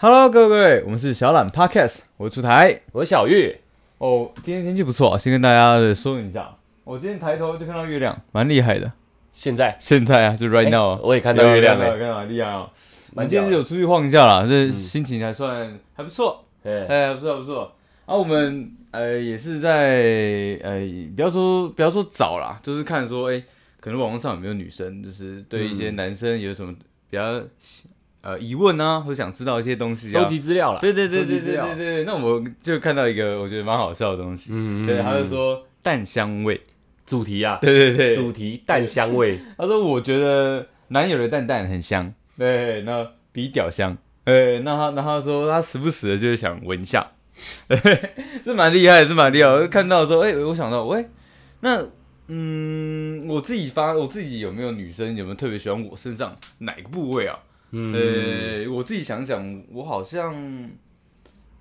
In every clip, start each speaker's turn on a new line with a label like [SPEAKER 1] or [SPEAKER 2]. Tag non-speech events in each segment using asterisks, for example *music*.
[SPEAKER 1] Hello，各位，我们是小懒 Podcast，我是出台。
[SPEAKER 2] 我是小玉，
[SPEAKER 1] 哦，今天天气不错，先跟大家的说明一下。我今天抬头就看到月亮，蛮厉害的。
[SPEAKER 2] 现在哎
[SPEAKER 1] 现在啊，就 right now，、
[SPEAKER 2] 我也看到月亮
[SPEAKER 1] 有有
[SPEAKER 2] 了，
[SPEAKER 1] 有看到厉害啊！我
[SPEAKER 2] 蛮
[SPEAKER 1] 今
[SPEAKER 2] 屌的
[SPEAKER 1] 天有出去晃一下啦，这心情还算还不错，
[SPEAKER 2] 哎，
[SPEAKER 1] 哎，还不错，还不错。啊，我们呃也是在呃，不要说不要说找啦，就是看说，哎、可能网络上有没有女生，就是对一些男生有什么比较呃疑问啊，或者想知道一些东西、啊，
[SPEAKER 2] 收集资料了，
[SPEAKER 1] 对对对
[SPEAKER 2] 收集
[SPEAKER 1] 对
[SPEAKER 2] 资
[SPEAKER 1] 对
[SPEAKER 2] 料
[SPEAKER 1] 对对，那我就看到一个我觉得蛮好笑的东西，
[SPEAKER 2] 嗯，
[SPEAKER 1] 对，
[SPEAKER 2] 嗯
[SPEAKER 1] 他就
[SPEAKER 2] 嗯
[SPEAKER 1] 说蛋香味，
[SPEAKER 2] 主题啊，
[SPEAKER 1] 对对对，
[SPEAKER 2] 主题蛋香味，
[SPEAKER 1] 他说我觉得男友的蛋蛋很香，对，那比屌香，对，那他那他说他时不时的就是想闻一下， *laughs* 对，这蛮厉害的，这蛮厉害的，我就看到说，哎、我想到，喂、那。嗯，我自己发，我自己有没有女生有没有特别喜欢我身上哪个部位啊？
[SPEAKER 2] 嗯，
[SPEAKER 1] 呃，我自己想想，我好像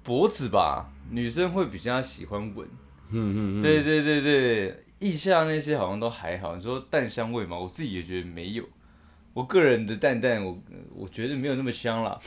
[SPEAKER 1] 脖子吧，女生会比较喜欢闻。
[SPEAKER 2] 嗯嗯嗯，
[SPEAKER 1] 对对对对，腋下那些好像都还好。你说蛋香味嘛，我自己也觉得没有。我个人的蛋蛋，我我觉得没有那么香啦。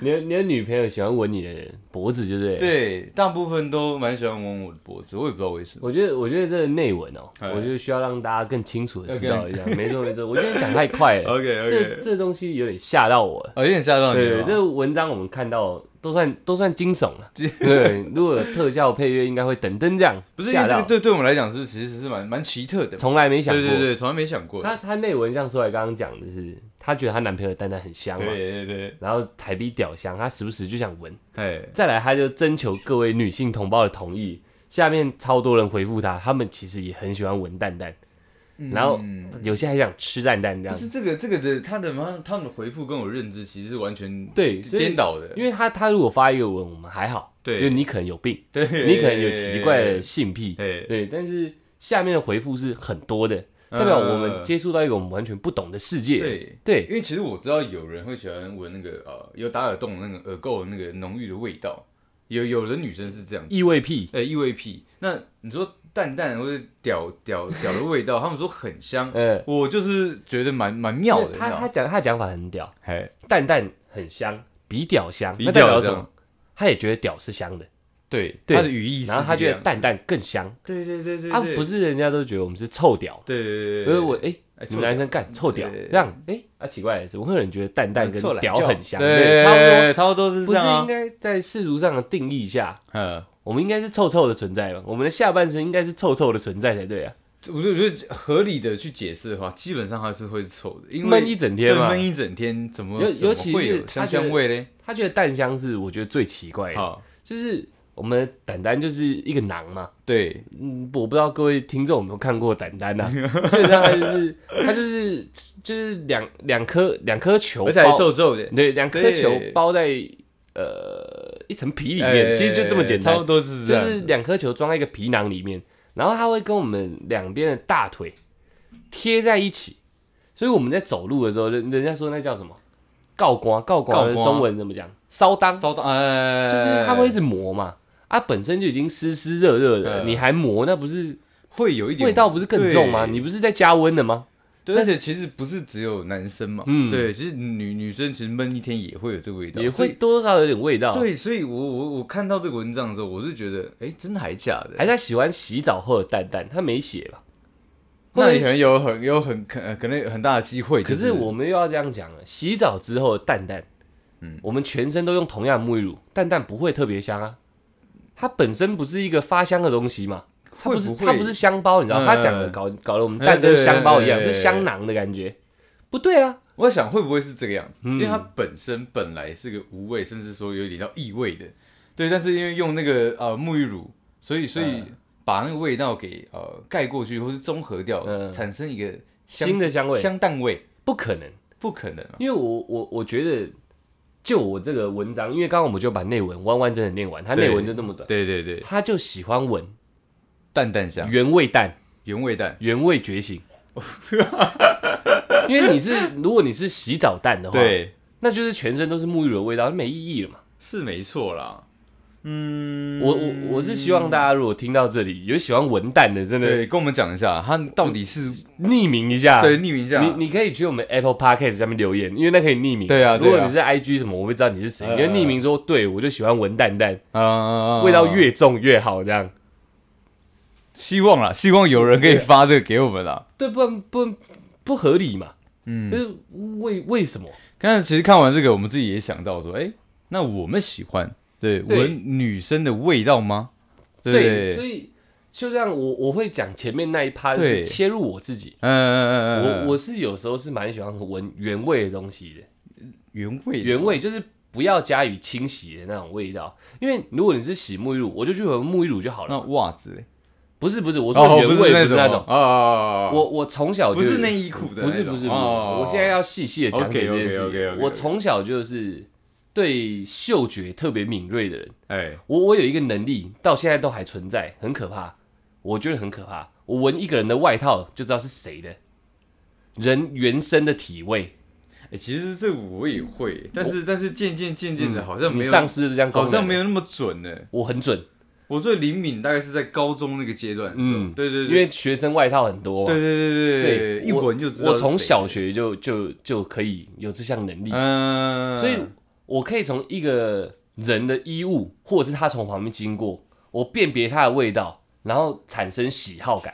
[SPEAKER 2] 你的你的女朋友喜欢闻你的脖子，对不对？，
[SPEAKER 1] 对，大部分都蛮喜欢闻我的脖子，我也不知道为什么。
[SPEAKER 2] *laughs* 我觉得我觉得这个内文哦，
[SPEAKER 1] 哎
[SPEAKER 2] 我觉得需要让大家更清楚的知道一下，没错没错，我今天讲太快
[SPEAKER 1] *laughs*
[SPEAKER 2] 了，
[SPEAKER 1] OK
[SPEAKER 2] 这
[SPEAKER 1] OK，
[SPEAKER 2] 这东西有点吓到我了。
[SPEAKER 1] 哦，有点吓到你
[SPEAKER 2] 对
[SPEAKER 1] 了
[SPEAKER 2] 对，
[SPEAKER 1] 吗。
[SPEAKER 2] 这个文章我们看到都算都算惊悚
[SPEAKER 1] *laughs*
[SPEAKER 2] 了。对，如果有特效配乐应该会噔噔这样，
[SPEAKER 1] 不是因
[SPEAKER 2] 吓
[SPEAKER 1] 为这
[SPEAKER 2] 到
[SPEAKER 1] 个对对我们来讲是其实是蛮蛮奇特的嘛。
[SPEAKER 2] 从来没想
[SPEAKER 1] 对
[SPEAKER 2] 过。
[SPEAKER 1] 对对，从来没想过。
[SPEAKER 2] 她她内文像出来刚刚讲的是，她觉得她男朋友的蛋蛋很香
[SPEAKER 1] 对
[SPEAKER 2] 嘛，
[SPEAKER 1] 对对，
[SPEAKER 2] 然后台币屌香，她时不时就想闻。
[SPEAKER 1] 哎，
[SPEAKER 2] 再来，她就征求各位女性同胞的同意，下面超多人回复她，她们其实也很喜欢闻蛋蛋，然后
[SPEAKER 1] 嗯
[SPEAKER 2] 有些还想吃蛋蛋这
[SPEAKER 1] 不
[SPEAKER 2] 样
[SPEAKER 1] 是。这个这个的，他的他他们的回复跟我认知其实是完全
[SPEAKER 2] 对，所以
[SPEAKER 1] 颠，倒的，
[SPEAKER 2] 因为她她如果发一个文，我们还好，
[SPEAKER 1] 对
[SPEAKER 2] 就你可能有病，
[SPEAKER 1] 对，
[SPEAKER 2] 你可能有奇怪的，性癖，
[SPEAKER 1] 对，
[SPEAKER 2] 对，但是下面的回复是很多的，代表我们接触到一个我们完全不懂的世界。
[SPEAKER 1] 嗯对。
[SPEAKER 2] 对
[SPEAKER 1] 因为其实我知道有人会喜欢闻那个呃有打耳洞的那个耳垢的那个浓郁的味道，有有的女生是这样，
[SPEAKER 2] 异味癖，
[SPEAKER 1] 呃异味癖。那你说蛋蛋或者屌屌屌的味道，他 *laughs* 们说很香，
[SPEAKER 2] 呃，
[SPEAKER 1] 我就是觉得蛮蛮妙的，你知
[SPEAKER 2] 他
[SPEAKER 1] 道
[SPEAKER 2] 他
[SPEAKER 1] 吗？
[SPEAKER 2] 讲他讲法很屌，
[SPEAKER 1] 哎，
[SPEAKER 2] 蛋蛋很香，比屌香，
[SPEAKER 1] 比
[SPEAKER 2] 那代
[SPEAKER 1] 屌
[SPEAKER 2] 表什
[SPEAKER 1] 香
[SPEAKER 2] 么？他也觉得屌是香的，
[SPEAKER 1] 对，
[SPEAKER 2] 对
[SPEAKER 1] 他的语义是这
[SPEAKER 2] 然
[SPEAKER 1] 样，
[SPEAKER 2] 后他觉得蛋蛋更香。
[SPEAKER 1] 对对对对
[SPEAKER 2] 啊，
[SPEAKER 1] 对
[SPEAKER 2] 不是人家都觉得我们是臭屌，
[SPEAKER 1] 对对对对，
[SPEAKER 2] 所以我哎，
[SPEAKER 1] 哎
[SPEAKER 2] 你
[SPEAKER 1] 臭
[SPEAKER 2] 们
[SPEAKER 1] 屌
[SPEAKER 2] 男生干臭屌
[SPEAKER 1] 对嗯
[SPEAKER 2] 这样，哎啊奇怪，怎么会有人觉得蛋蛋跟
[SPEAKER 1] 错了，
[SPEAKER 2] 屌很香？
[SPEAKER 1] 对，
[SPEAKER 2] 对，差不
[SPEAKER 1] 差不多是
[SPEAKER 2] 多，不
[SPEAKER 1] 这
[SPEAKER 2] 是
[SPEAKER 1] 样
[SPEAKER 2] 应
[SPEAKER 1] 啊。
[SPEAKER 2] 该在世俗上的定义下，
[SPEAKER 1] 嗯，
[SPEAKER 2] 我们应该是臭臭的存在吧？我们的下半身应该是臭臭的存在才对啊，
[SPEAKER 1] 我就觉得合理的去解释的话，基本上它是会是臭的，因为
[SPEAKER 2] 闷一整天
[SPEAKER 1] 对
[SPEAKER 2] 嘛
[SPEAKER 1] 闷。一整天，怎么
[SPEAKER 2] 尤
[SPEAKER 1] 怎么
[SPEAKER 2] 尤其
[SPEAKER 1] 会有
[SPEAKER 2] 是
[SPEAKER 1] 香
[SPEAKER 2] 他哎觉得
[SPEAKER 1] 香味嘞？
[SPEAKER 2] 他觉得蛋香是我觉得最奇怪的，
[SPEAKER 1] 好，
[SPEAKER 2] 就是我们的胆蛋就是一个囊嘛，
[SPEAKER 1] 对，
[SPEAKER 2] 嗯，我不知道各位听众有没有看过胆丹
[SPEAKER 1] *laughs*
[SPEAKER 2] 呐、啊？基本上它就是它就是就是两两颗两颗球
[SPEAKER 1] 而且还
[SPEAKER 2] 包，
[SPEAKER 1] 皱皱的，
[SPEAKER 2] 对，两颗
[SPEAKER 1] 对
[SPEAKER 2] 球包在呃一层皮里面，
[SPEAKER 1] 哎
[SPEAKER 2] 其实就这么简
[SPEAKER 1] 差
[SPEAKER 2] 单
[SPEAKER 1] 不，多是这
[SPEAKER 2] 就
[SPEAKER 1] 样
[SPEAKER 2] 是
[SPEAKER 1] 子。
[SPEAKER 2] 两颗球装在一个皮囊里面，然后它会跟我们两边的大腿贴在一起，所以我们在走路的时候，人人家说那叫什么？告瓜，告瓜的
[SPEAKER 1] 告瓜
[SPEAKER 2] 中文怎么讲？烧裆，
[SPEAKER 1] 烧到，哎，
[SPEAKER 2] 就是它会一直磨嘛，啊，本身就已经湿湿热热的，
[SPEAKER 1] 嗯
[SPEAKER 2] 你还磨，那不是
[SPEAKER 1] 会有一点
[SPEAKER 2] 味道不是更重吗？
[SPEAKER 1] 对
[SPEAKER 2] 你不是在加温了吗？
[SPEAKER 1] 对，而且其实不是只有男生嘛，
[SPEAKER 2] 嗯
[SPEAKER 1] 对，其实女女生其实闷一天也会有这个味道，
[SPEAKER 2] 也
[SPEAKER 1] 所
[SPEAKER 2] 会啊
[SPEAKER 1] 以。
[SPEAKER 2] 多多少少有点味道。，
[SPEAKER 1] 对，所以我我我看到这个文章的时候，我是觉得，哎，真的还假的？
[SPEAKER 2] 还在喜欢洗澡后的蛋蛋，他没写
[SPEAKER 1] 嗯
[SPEAKER 2] 吧？
[SPEAKER 1] 那你可
[SPEAKER 2] 或者
[SPEAKER 1] 能
[SPEAKER 2] 是，
[SPEAKER 1] 有很有很可可能有很大的机会、
[SPEAKER 2] 可
[SPEAKER 1] 就是
[SPEAKER 2] 我们又要这样讲了，洗澡之后的蛋蛋，嗯，我们全身都用同样的沐浴乳，蛋蛋不会特别香啊。它本身不是一个发香的东西嘛，它
[SPEAKER 1] 会
[SPEAKER 2] 不是
[SPEAKER 1] 会
[SPEAKER 2] 它不是香包，你知道？
[SPEAKER 1] 嗯
[SPEAKER 2] 它讲的搞搞得我们蛋
[SPEAKER 1] 嗯对
[SPEAKER 2] 跟
[SPEAKER 1] 对
[SPEAKER 2] 香包一样，
[SPEAKER 1] 对对
[SPEAKER 2] 是
[SPEAKER 1] 对
[SPEAKER 2] 香囊的感觉，不对啊。
[SPEAKER 1] 我想会不会是这个样子？
[SPEAKER 2] 嗯
[SPEAKER 1] 因为它本身本来是个无味，甚至说有一点到异味的，对。但是因为用那个呃沐浴乳，所以所
[SPEAKER 2] 嗯
[SPEAKER 1] 以把那个味道给呃盖过去，或是综合掉，
[SPEAKER 2] 嗯
[SPEAKER 1] 产生一个香
[SPEAKER 2] 新的香味
[SPEAKER 1] 香淡味，
[SPEAKER 2] 不可能，
[SPEAKER 1] 不可能啊！
[SPEAKER 2] 因为我我我觉得，就我这个文章，因为刚刚我们就把内文完完整整念完，它内文就那么短，
[SPEAKER 1] 对对对，
[SPEAKER 2] 他就喜欢闻
[SPEAKER 1] 淡淡香，
[SPEAKER 2] 原味蛋、
[SPEAKER 1] 原味淡，
[SPEAKER 2] 原味觉醒。因为你是如果你是洗澡蛋的话，
[SPEAKER 1] 对，
[SPEAKER 2] 那就是全身都是沐浴乳的味道，那没意义了嘛。
[SPEAKER 1] 是没错啦。嗯，
[SPEAKER 2] 我我我是希望大家如果听到这里，有喜欢文旦的，真的
[SPEAKER 1] 对，跟我们讲一下，他到底是
[SPEAKER 2] 匿名一下。
[SPEAKER 1] 对匿名一下，
[SPEAKER 2] 嗯你你可以去我们 Apple Podcast 下面留言，因为那可以匿名。
[SPEAKER 1] 对啊
[SPEAKER 2] 如果
[SPEAKER 1] 对啊
[SPEAKER 2] 你是 IG 什么，我会知道你是谁。
[SPEAKER 1] 嗯
[SPEAKER 2] 因为匿名说，对我就喜欢文蛋蛋，
[SPEAKER 1] 啊
[SPEAKER 2] 味道越重越好，这样。
[SPEAKER 1] 希望啦，希望有人可以发这个给我们啦。
[SPEAKER 2] 对，不然不然不合理嘛？
[SPEAKER 1] 嗯
[SPEAKER 2] 就，是为为什么？
[SPEAKER 1] 刚才其实看完这个，我们自己也想到说，哎，那我们喜欢对
[SPEAKER 2] 对
[SPEAKER 1] 闻女生的味道吗？对不
[SPEAKER 2] 对，所
[SPEAKER 1] 对，
[SPEAKER 2] 以就像我我会讲前面那一趴，就
[SPEAKER 1] 对
[SPEAKER 2] 是切入我自己。
[SPEAKER 1] 嗯嗯嗯嗯，
[SPEAKER 2] 我我是有时候是蛮喜欢闻原味的东西的，
[SPEAKER 1] 原味
[SPEAKER 2] 原味就是不要加以清洗的那种味道。因为如果你是洗沐浴乳，我就去闻沐浴乳就好
[SPEAKER 1] 那
[SPEAKER 2] 了。
[SPEAKER 1] 袜子嘞，
[SPEAKER 2] 不是不是，我
[SPEAKER 1] 哦，
[SPEAKER 2] 说原味不是那
[SPEAKER 1] 种
[SPEAKER 2] 种。
[SPEAKER 1] 啊，
[SPEAKER 2] 我我从小就
[SPEAKER 1] 不是内衣裤的那种，
[SPEAKER 2] 不是不是不是，
[SPEAKER 1] 哦
[SPEAKER 2] 我现在要细细的讲解这件事
[SPEAKER 1] OK，OK，OK，OK，OK
[SPEAKER 2] 情。我从小就是对嗅觉特别敏锐的人，
[SPEAKER 1] 哎，
[SPEAKER 2] 我我有一个能力，到现在都还存在，很可怕，我觉得很可怕。我闻一个人的外套就知道是谁的，人原生的体味。
[SPEAKER 1] 哎、其实这我也会，但是但是渐渐渐渐的，好像
[SPEAKER 2] 嗯你
[SPEAKER 1] 没有，
[SPEAKER 2] 丧失了这样功
[SPEAKER 1] 好
[SPEAKER 2] 能，
[SPEAKER 1] 像没有那么准呢、
[SPEAKER 2] 我很准，
[SPEAKER 1] 我最灵敏大概是在高中那个阶段，嗯，
[SPEAKER 2] 嗯
[SPEAKER 1] 对对
[SPEAKER 2] 因
[SPEAKER 1] 对，
[SPEAKER 2] 为学生外套很多嘛。
[SPEAKER 1] 对对对对，一
[SPEAKER 2] 我
[SPEAKER 1] 闻就知道。
[SPEAKER 2] 我从，小学就就就可以有这项能力，
[SPEAKER 1] 嗯，
[SPEAKER 2] 所以我可以从一个人的衣物，或者是他从旁边经过，我辨别他的味道，然后产生喜好感。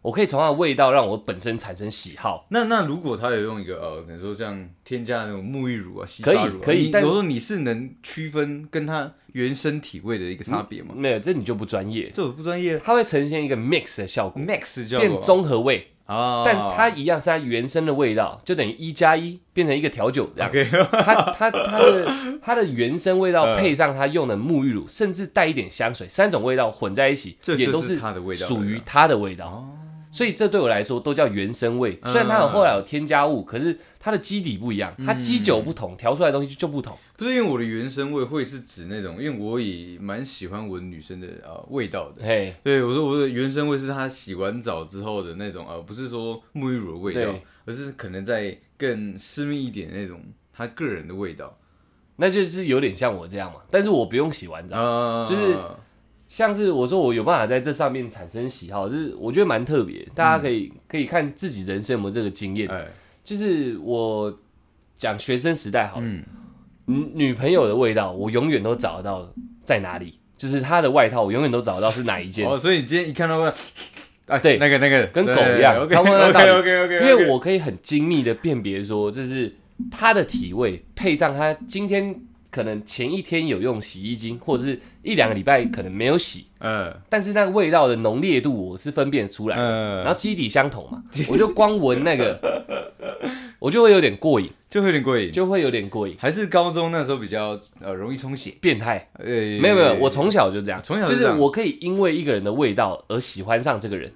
[SPEAKER 2] 我可以从他的味道让我本身产生喜好。
[SPEAKER 1] 那那如果他有用一个呃，比如说像添加那种沐浴乳啊、洗
[SPEAKER 2] 可以
[SPEAKER 1] 发乳啊、
[SPEAKER 2] 可以
[SPEAKER 1] 你
[SPEAKER 2] 但
[SPEAKER 1] 我说你是能区分跟他原生体味的一个差别吗？
[SPEAKER 2] 没有，这你就不专业。
[SPEAKER 1] 这我不专业
[SPEAKER 2] 它会呈现一个 mix 的效果，
[SPEAKER 1] ，Max 叫
[SPEAKER 2] 变综合味，
[SPEAKER 1] 啊，
[SPEAKER 2] 但它一样是它原生的味道，就等于一加一变成一个调酒这样。
[SPEAKER 1] OK，
[SPEAKER 2] 它它它的它的原生味道
[SPEAKER 1] 嗯
[SPEAKER 2] 配上它用的沐浴乳，甚至带一点香水，三种味道混在一起
[SPEAKER 1] 这，
[SPEAKER 2] 也
[SPEAKER 1] 就
[SPEAKER 2] 都
[SPEAKER 1] 是它的味道了
[SPEAKER 2] 属
[SPEAKER 1] 哦
[SPEAKER 2] 于它的味道。所以这对我来说都叫原生味，
[SPEAKER 1] 嗯
[SPEAKER 2] 虽然它有后来有添加物，可是它的基底不一样，它
[SPEAKER 1] 嗯
[SPEAKER 2] 基酒不同，调出来的东西就不同。
[SPEAKER 1] 不是因为我的原生味会是指那种，因为我也蛮喜欢闻女生的呃味道的。
[SPEAKER 2] 嘿，
[SPEAKER 1] 对，我说我的原生味是她洗完澡之后的那种，呃，不是说沐浴乳的味道
[SPEAKER 2] 对，
[SPEAKER 1] 而是可能在更私密一点的那种她个人的味道。
[SPEAKER 2] 那就是有点像我这样嘛，但是我不用洗完澡。
[SPEAKER 1] 啊，
[SPEAKER 2] 就是像是我说我有办法在这上面产生喜好，就是我觉得蛮特别，大家可以、可以看自己人生有没有这个经验。
[SPEAKER 1] 哎，
[SPEAKER 2] 就是我讲学生时代好了，
[SPEAKER 1] 嗯
[SPEAKER 2] 嗯、女朋友的味道我永远都找得到在哪里，就是她的外套我永远都找得到是哪一件，
[SPEAKER 1] 哦，所以你今天一看到那，哎，
[SPEAKER 2] 对
[SPEAKER 1] 那个那个
[SPEAKER 2] 跟狗一样
[SPEAKER 1] ，OK
[SPEAKER 2] 它会在那
[SPEAKER 1] OK
[SPEAKER 2] 里
[SPEAKER 1] OK OK，
[SPEAKER 2] 因为我可以很精密的辨别说这是她的体味配上她今天可能前一天有用洗衣精，或者是一两个礼拜可能没有洗，
[SPEAKER 1] 嗯
[SPEAKER 2] 但是那个味道的浓烈度我是分辨得出来的。
[SPEAKER 1] 嗯，
[SPEAKER 2] 然后基底相同嘛，我就光闻那个，
[SPEAKER 1] *laughs*
[SPEAKER 2] 我就会有点过瘾，
[SPEAKER 1] 就会有点过瘾，
[SPEAKER 2] 就会有点过瘾，
[SPEAKER 1] 还是高中那时候比较呃容易充血。
[SPEAKER 2] 变态。
[SPEAKER 1] 呃，
[SPEAKER 2] 没有没有，我从小就这样，
[SPEAKER 1] 从小就
[SPEAKER 2] 就
[SPEAKER 1] 这
[SPEAKER 2] 是
[SPEAKER 1] 样
[SPEAKER 2] 我可以因为一个人的味道而喜欢上这个人，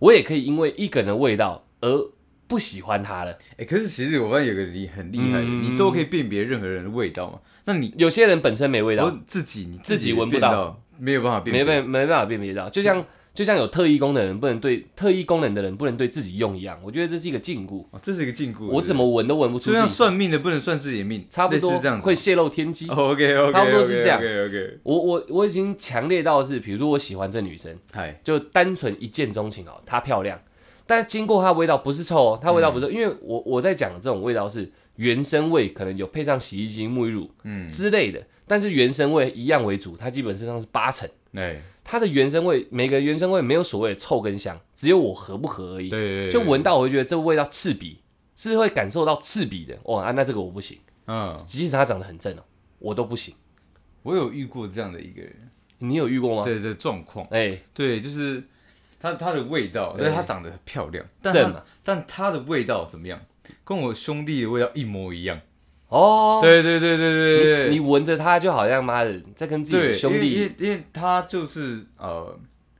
[SPEAKER 2] 我也可以因为一个人的味道而不喜欢他了。
[SPEAKER 1] 哎、可是其实我发现有个厉很厉害的，
[SPEAKER 2] 嗯
[SPEAKER 1] 你都可以辨别任何人的味道嘛。那你
[SPEAKER 2] 有些人本身没味道，
[SPEAKER 1] 我自己你
[SPEAKER 2] 自己闻不
[SPEAKER 1] 辨
[SPEAKER 2] 到
[SPEAKER 1] 到，没有办法辨
[SPEAKER 2] 没
[SPEAKER 1] 别。
[SPEAKER 2] 办没办法辨别到，就像就像有特异功能的人不能对特异功能的人不能对自己用一样，我觉得这是一个禁锢，
[SPEAKER 1] 哦，这是一个禁锢。
[SPEAKER 2] 我怎么闻都闻不出
[SPEAKER 1] 就像
[SPEAKER 2] 自己，
[SPEAKER 1] 算命的不能算自己的命，
[SPEAKER 2] 差不
[SPEAKER 1] 类
[SPEAKER 2] 多
[SPEAKER 1] 似这样子。哦
[SPEAKER 2] 会泄露天机。
[SPEAKER 1] OK OK，
[SPEAKER 2] *laughs* 差不多是这样
[SPEAKER 1] OK OK，
[SPEAKER 2] 我我我已经强烈到是，比如说我喜欢这女生，
[SPEAKER 1] 嗨，
[SPEAKER 2] 就单纯一见钟情哦，她漂亮，但经过她的味道不是臭哦，她味道不
[SPEAKER 1] 嗯
[SPEAKER 2] 是，因为我我在讲的这种味道是原生味，可能有配上洗衣精、沐浴乳
[SPEAKER 1] 嗯，
[SPEAKER 2] 之类的，但是原生味一样为主，它基本上是八成。
[SPEAKER 1] 哎，
[SPEAKER 2] 它的原生味，每个原生味没有所谓的臭跟香，只有我合不合而已。
[SPEAKER 1] 对对对，
[SPEAKER 2] 就闻到我会觉得这味道刺鼻，是会感受到刺鼻的。哇、啊，那这个我不行，
[SPEAKER 1] 嗯，
[SPEAKER 2] 即使它长得很正哦，我都不行。
[SPEAKER 1] 我有遇过这样的一个人，
[SPEAKER 2] 你有遇过吗？
[SPEAKER 1] 对对状况，
[SPEAKER 2] 哎、
[SPEAKER 1] 对，就是他他的味道，
[SPEAKER 2] 对
[SPEAKER 1] 但是他长得很漂亮，但
[SPEAKER 2] 正
[SPEAKER 1] 他
[SPEAKER 2] 啊，
[SPEAKER 1] 但他的味道怎么样？跟我兄弟的味道一模一样。
[SPEAKER 2] 哦，
[SPEAKER 1] 对对对对对对，
[SPEAKER 2] 你你闻着它就好像妈的在跟自己
[SPEAKER 1] 对，
[SPEAKER 2] 的兄
[SPEAKER 1] 因为因
[SPEAKER 2] 弟
[SPEAKER 1] 为因为他就是呃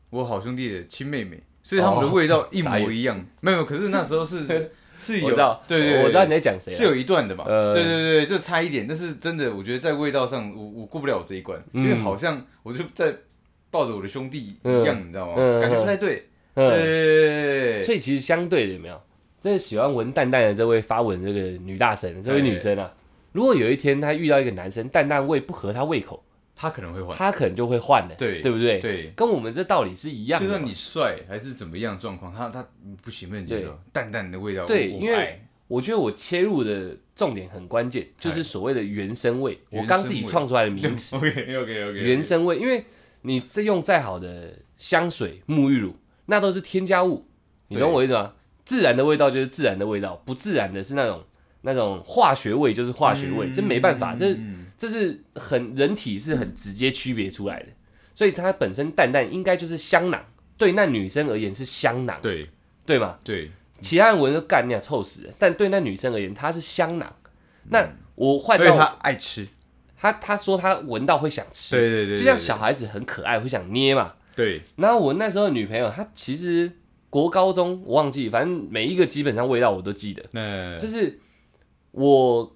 [SPEAKER 1] 我好兄弟的亲妹妹，所以他们
[SPEAKER 2] 哦
[SPEAKER 1] 的味道
[SPEAKER 2] *laughs*
[SPEAKER 1] 一模一样。没有，没有可是那时候是是有
[SPEAKER 2] 我知道，
[SPEAKER 1] 对对，对
[SPEAKER 2] 我知道你在讲谁啊
[SPEAKER 1] 是
[SPEAKER 2] 了。
[SPEAKER 1] 有一段的嘛。
[SPEAKER 2] 呃
[SPEAKER 1] 对对对，就差一点，但是真的，我觉得在味道上，我我过不了我这一关，
[SPEAKER 2] 嗯
[SPEAKER 1] 因为好像我就在抱着我的兄弟一样，你知道吗？
[SPEAKER 2] 嗯嗯
[SPEAKER 1] 感觉不太对。
[SPEAKER 2] 嗯，
[SPEAKER 1] 对，
[SPEAKER 2] 所以其实相对的有没有，这喜欢闻蛋蛋的这位发文这个女大神，这位女生啊，如果有一天她遇到一个男生蛋蛋味不合她胃口，
[SPEAKER 1] 他可能会换。
[SPEAKER 2] 他可能就会换了，
[SPEAKER 1] 对
[SPEAKER 2] 对不对？
[SPEAKER 1] 对，
[SPEAKER 2] 跟我们这道理是一样的
[SPEAKER 1] 就
[SPEAKER 2] 嘛。
[SPEAKER 1] 算你帅还是怎么样状况，他他嗯不行，不能接受淡淡的味道。
[SPEAKER 2] 对
[SPEAKER 1] 我
[SPEAKER 2] 因为
[SPEAKER 1] 我爱
[SPEAKER 2] 我觉得我切入的重点很关键，就是所谓的原生味。
[SPEAKER 1] 哎原生味
[SPEAKER 2] 我刚自己创出来的
[SPEAKER 1] *laughs*
[SPEAKER 2] 名词，
[SPEAKER 1] OK OK OK，
[SPEAKER 2] 原生味，因为你这用再好的香水、沐浴乳，那都是添加物。你
[SPEAKER 1] 对
[SPEAKER 2] 懂我意思吗？自然的味道就是自然的味道，不自然的是那种那种化学味，就是化学味，这没办法，这
[SPEAKER 1] 嗯
[SPEAKER 2] 这是很人体是很直接区别出来的。所以它本身淡淡应该就是香囊，对那女生而言是香囊，
[SPEAKER 1] 对
[SPEAKER 2] 对吗？
[SPEAKER 1] 对
[SPEAKER 2] 其他人闻就干你俩臭死了，但对那女生而言，她是香囊。那我换
[SPEAKER 1] 而且他
[SPEAKER 2] 到
[SPEAKER 1] 爱吃，
[SPEAKER 2] 她，她说她闻到会想吃，
[SPEAKER 1] 对对对，
[SPEAKER 2] 就像小孩子很可爱会想捏嘛。
[SPEAKER 1] 对
[SPEAKER 2] 然后我那时候的女朋友，她其实国高中我忘记，反正每一个基本上味道我都记得，
[SPEAKER 1] 那
[SPEAKER 2] 就是我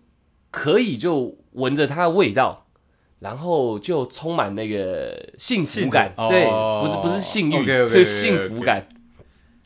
[SPEAKER 2] 可以就闻着它的味道，然后就充满那个幸福感，
[SPEAKER 1] 幸福
[SPEAKER 2] 对，
[SPEAKER 1] 哦
[SPEAKER 2] 不是不是性欲
[SPEAKER 1] OK，OK，OK，OK
[SPEAKER 2] 是幸福感。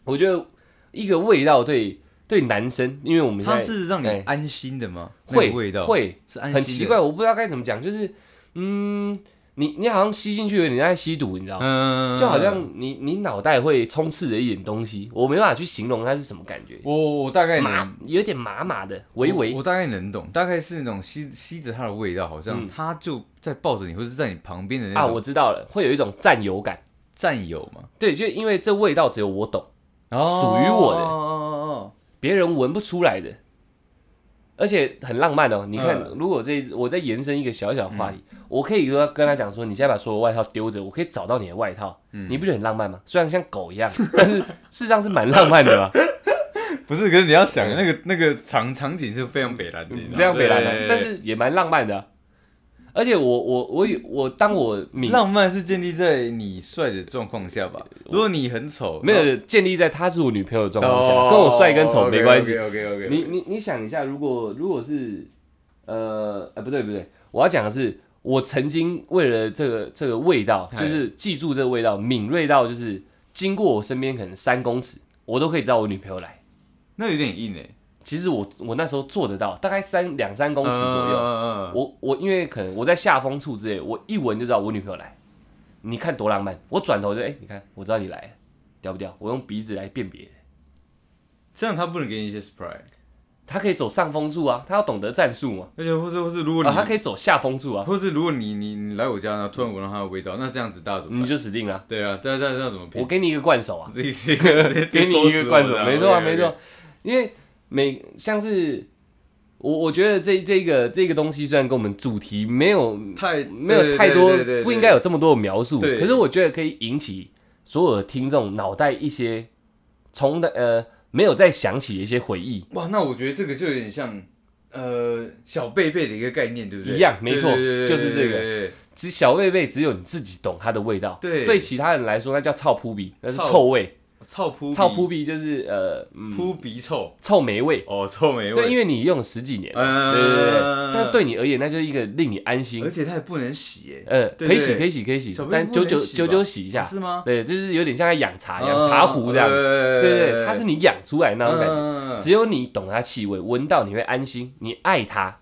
[SPEAKER 2] 我觉得一个味道对对男生，因为我们现
[SPEAKER 1] 它
[SPEAKER 2] 在
[SPEAKER 1] 是让你
[SPEAKER 2] 哎
[SPEAKER 1] 安心的吗？那
[SPEAKER 2] 会
[SPEAKER 1] 个味道
[SPEAKER 2] 会
[SPEAKER 1] 是安心的，
[SPEAKER 2] 很奇怪，我不知道该怎么讲，就是嗯，你你好像吸进去了，你在吸毒，你知道吗？
[SPEAKER 1] 嗯，
[SPEAKER 2] 就好像你你脑袋会充斥着一点东西，我没办法去形容它是什么感觉，
[SPEAKER 1] 我我大概能
[SPEAKER 2] 麻有点麻麻的，微
[SPEAKER 1] 嗯
[SPEAKER 2] 微
[SPEAKER 1] 我，我大概能懂，大概是那种吸吸着它的味道，好像它就在抱着你，或是在你旁边的那
[SPEAKER 2] 嗯啊，
[SPEAKER 1] 种
[SPEAKER 2] 我知道了，会有一种占有感。
[SPEAKER 1] 战友嘛，
[SPEAKER 2] 对，就因为这味道只有我懂，
[SPEAKER 1] 哦
[SPEAKER 2] 属于我的
[SPEAKER 1] 哦哦
[SPEAKER 2] 别人闻不出来的，而且很浪漫哦。你看，
[SPEAKER 1] 嗯
[SPEAKER 2] 如果这我再延伸一个小小的话题，我可以跟他跟他讲说，你现在把所有外套丢着，我可以找到你的外套，
[SPEAKER 1] 嗯
[SPEAKER 2] 你不觉得很浪漫吗？虽然像狗一样， *laughs* 但是事实上是蛮浪漫的吧，
[SPEAKER 1] 哦哦不是，可是你要想那个那个场场景是非常北蓝的，你知道吗
[SPEAKER 2] 非常北蓝啊
[SPEAKER 1] 对
[SPEAKER 2] 的，但是也蛮浪漫的啊、而且我我我有我当我明
[SPEAKER 1] 浪漫是建立在你帅的状况下吧？如果你很丑，
[SPEAKER 2] 没有建立在她是我女朋友的状况
[SPEAKER 1] 哦
[SPEAKER 2] 下，跟我帅跟丑没关系。
[SPEAKER 1] OK OK，
[SPEAKER 2] 你你你想一下，如果如果是呃呃不对不对，我要讲的是，我曾经为了这个这个味道，
[SPEAKER 1] 嗨
[SPEAKER 2] 就是记住这个味道，敏锐到就是经过我身边可能三公尺，我都可以知道我女朋友来。
[SPEAKER 1] 那有点硬诶，
[SPEAKER 2] 其实我我那时候做得到，大概三两三公尺左右。
[SPEAKER 1] 右。
[SPEAKER 2] 我我因为可能我在下风处之类，我一闻就知道我女朋友来。你看多浪漫！我转头就哎、你看，我知道你来了，屌不屌？我用鼻子来辨别，
[SPEAKER 1] 这样他不能给你一些 surprise，
[SPEAKER 2] 他可以走上风处啊，他要懂得战术嘛。
[SPEAKER 1] 而且或是或是如果
[SPEAKER 2] 啊，他
[SPEAKER 1] 你，
[SPEAKER 2] 可以走下风处啊，
[SPEAKER 1] 或是如果你你你来我家，然后突然闻到它的味道，那这样子大家怎么
[SPEAKER 2] 你
[SPEAKER 1] 办？
[SPEAKER 2] 就死定
[SPEAKER 1] *laughs*
[SPEAKER 2] 了。
[SPEAKER 1] 对啊，这样这样这样怎么
[SPEAKER 2] 我
[SPEAKER 1] 拼？
[SPEAKER 2] 给你一个灌手
[SPEAKER 1] *laughs*
[SPEAKER 2] 啊，
[SPEAKER 1] 这这个
[SPEAKER 2] 给你一个灌手，没错啊，
[SPEAKER 1] 这
[SPEAKER 2] 没。
[SPEAKER 1] 戳死我的
[SPEAKER 2] 错。因为每像是我，我觉得这这个这个东西虽然跟我们主题没有
[SPEAKER 1] 太
[SPEAKER 2] 没有太多
[SPEAKER 1] 对对对对，
[SPEAKER 2] 不应该有这么多的描述，
[SPEAKER 1] 对
[SPEAKER 2] 可是我觉得可以引起所有的听众脑袋一些从的呃没有再想起的一些回忆。
[SPEAKER 1] 哇，那我觉得这个就有点像呃小贝贝的一个概念，对不对？
[SPEAKER 2] 一样没错
[SPEAKER 1] 对对对对
[SPEAKER 2] 就是这个
[SPEAKER 1] 对对
[SPEAKER 2] 只小贝贝只有你自己懂它的味道，
[SPEAKER 1] 对
[SPEAKER 2] 对其他人来说那叫臭扑鼻，那是
[SPEAKER 1] 臭
[SPEAKER 2] 臭味，
[SPEAKER 1] 对臭扑
[SPEAKER 2] 臭扑
[SPEAKER 1] 扑
[SPEAKER 2] 鼻就是呃嗯
[SPEAKER 1] 扑鼻臭
[SPEAKER 2] 臭霉味，
[SPEAKER 1] 哦，臭美
[SPEAKER 2] 对，因
[SPEAKER 1] 味。
[SPEAKER 2] 为你用了十几年，
[SPEAKER 1] 嗯
[SPEAKER 2] 对对对对，但对你而言，那就是一个令你安
[SPEAKER 1] 而
[SPEAKER 2] 心，
[SPEAKER 1] 且它也不能洗耶，
[SPEAKER 2] 呃，
[SPEAKER 1] 对
[SPEAKER 2] 可以洗，
[SPEAKER 1] 对
[SPEAKER 2] 可以洗，可以洗
[SPEAKER 1] 小，贝
[SPEAKER 2] 但
[SPEAKER 1] 不
[SPEAKER 2] 久
[SPEAKER 1] 能
[SPEAKER 2] 久
[SPEAKER 1] 洗吧
[SPEAKER 2] 久久洗一下，
[SPEAKER 1] 是吗？啊嗯呃
[SPEAKER 2] 对，就是有点像在养茶，养茶壶这样，对对对，它是你养出来那种感觉，
[SPEAKER 1] 觉
[SPEAKER 2] 只有你懂它气味，闻到你会安心，你爱它，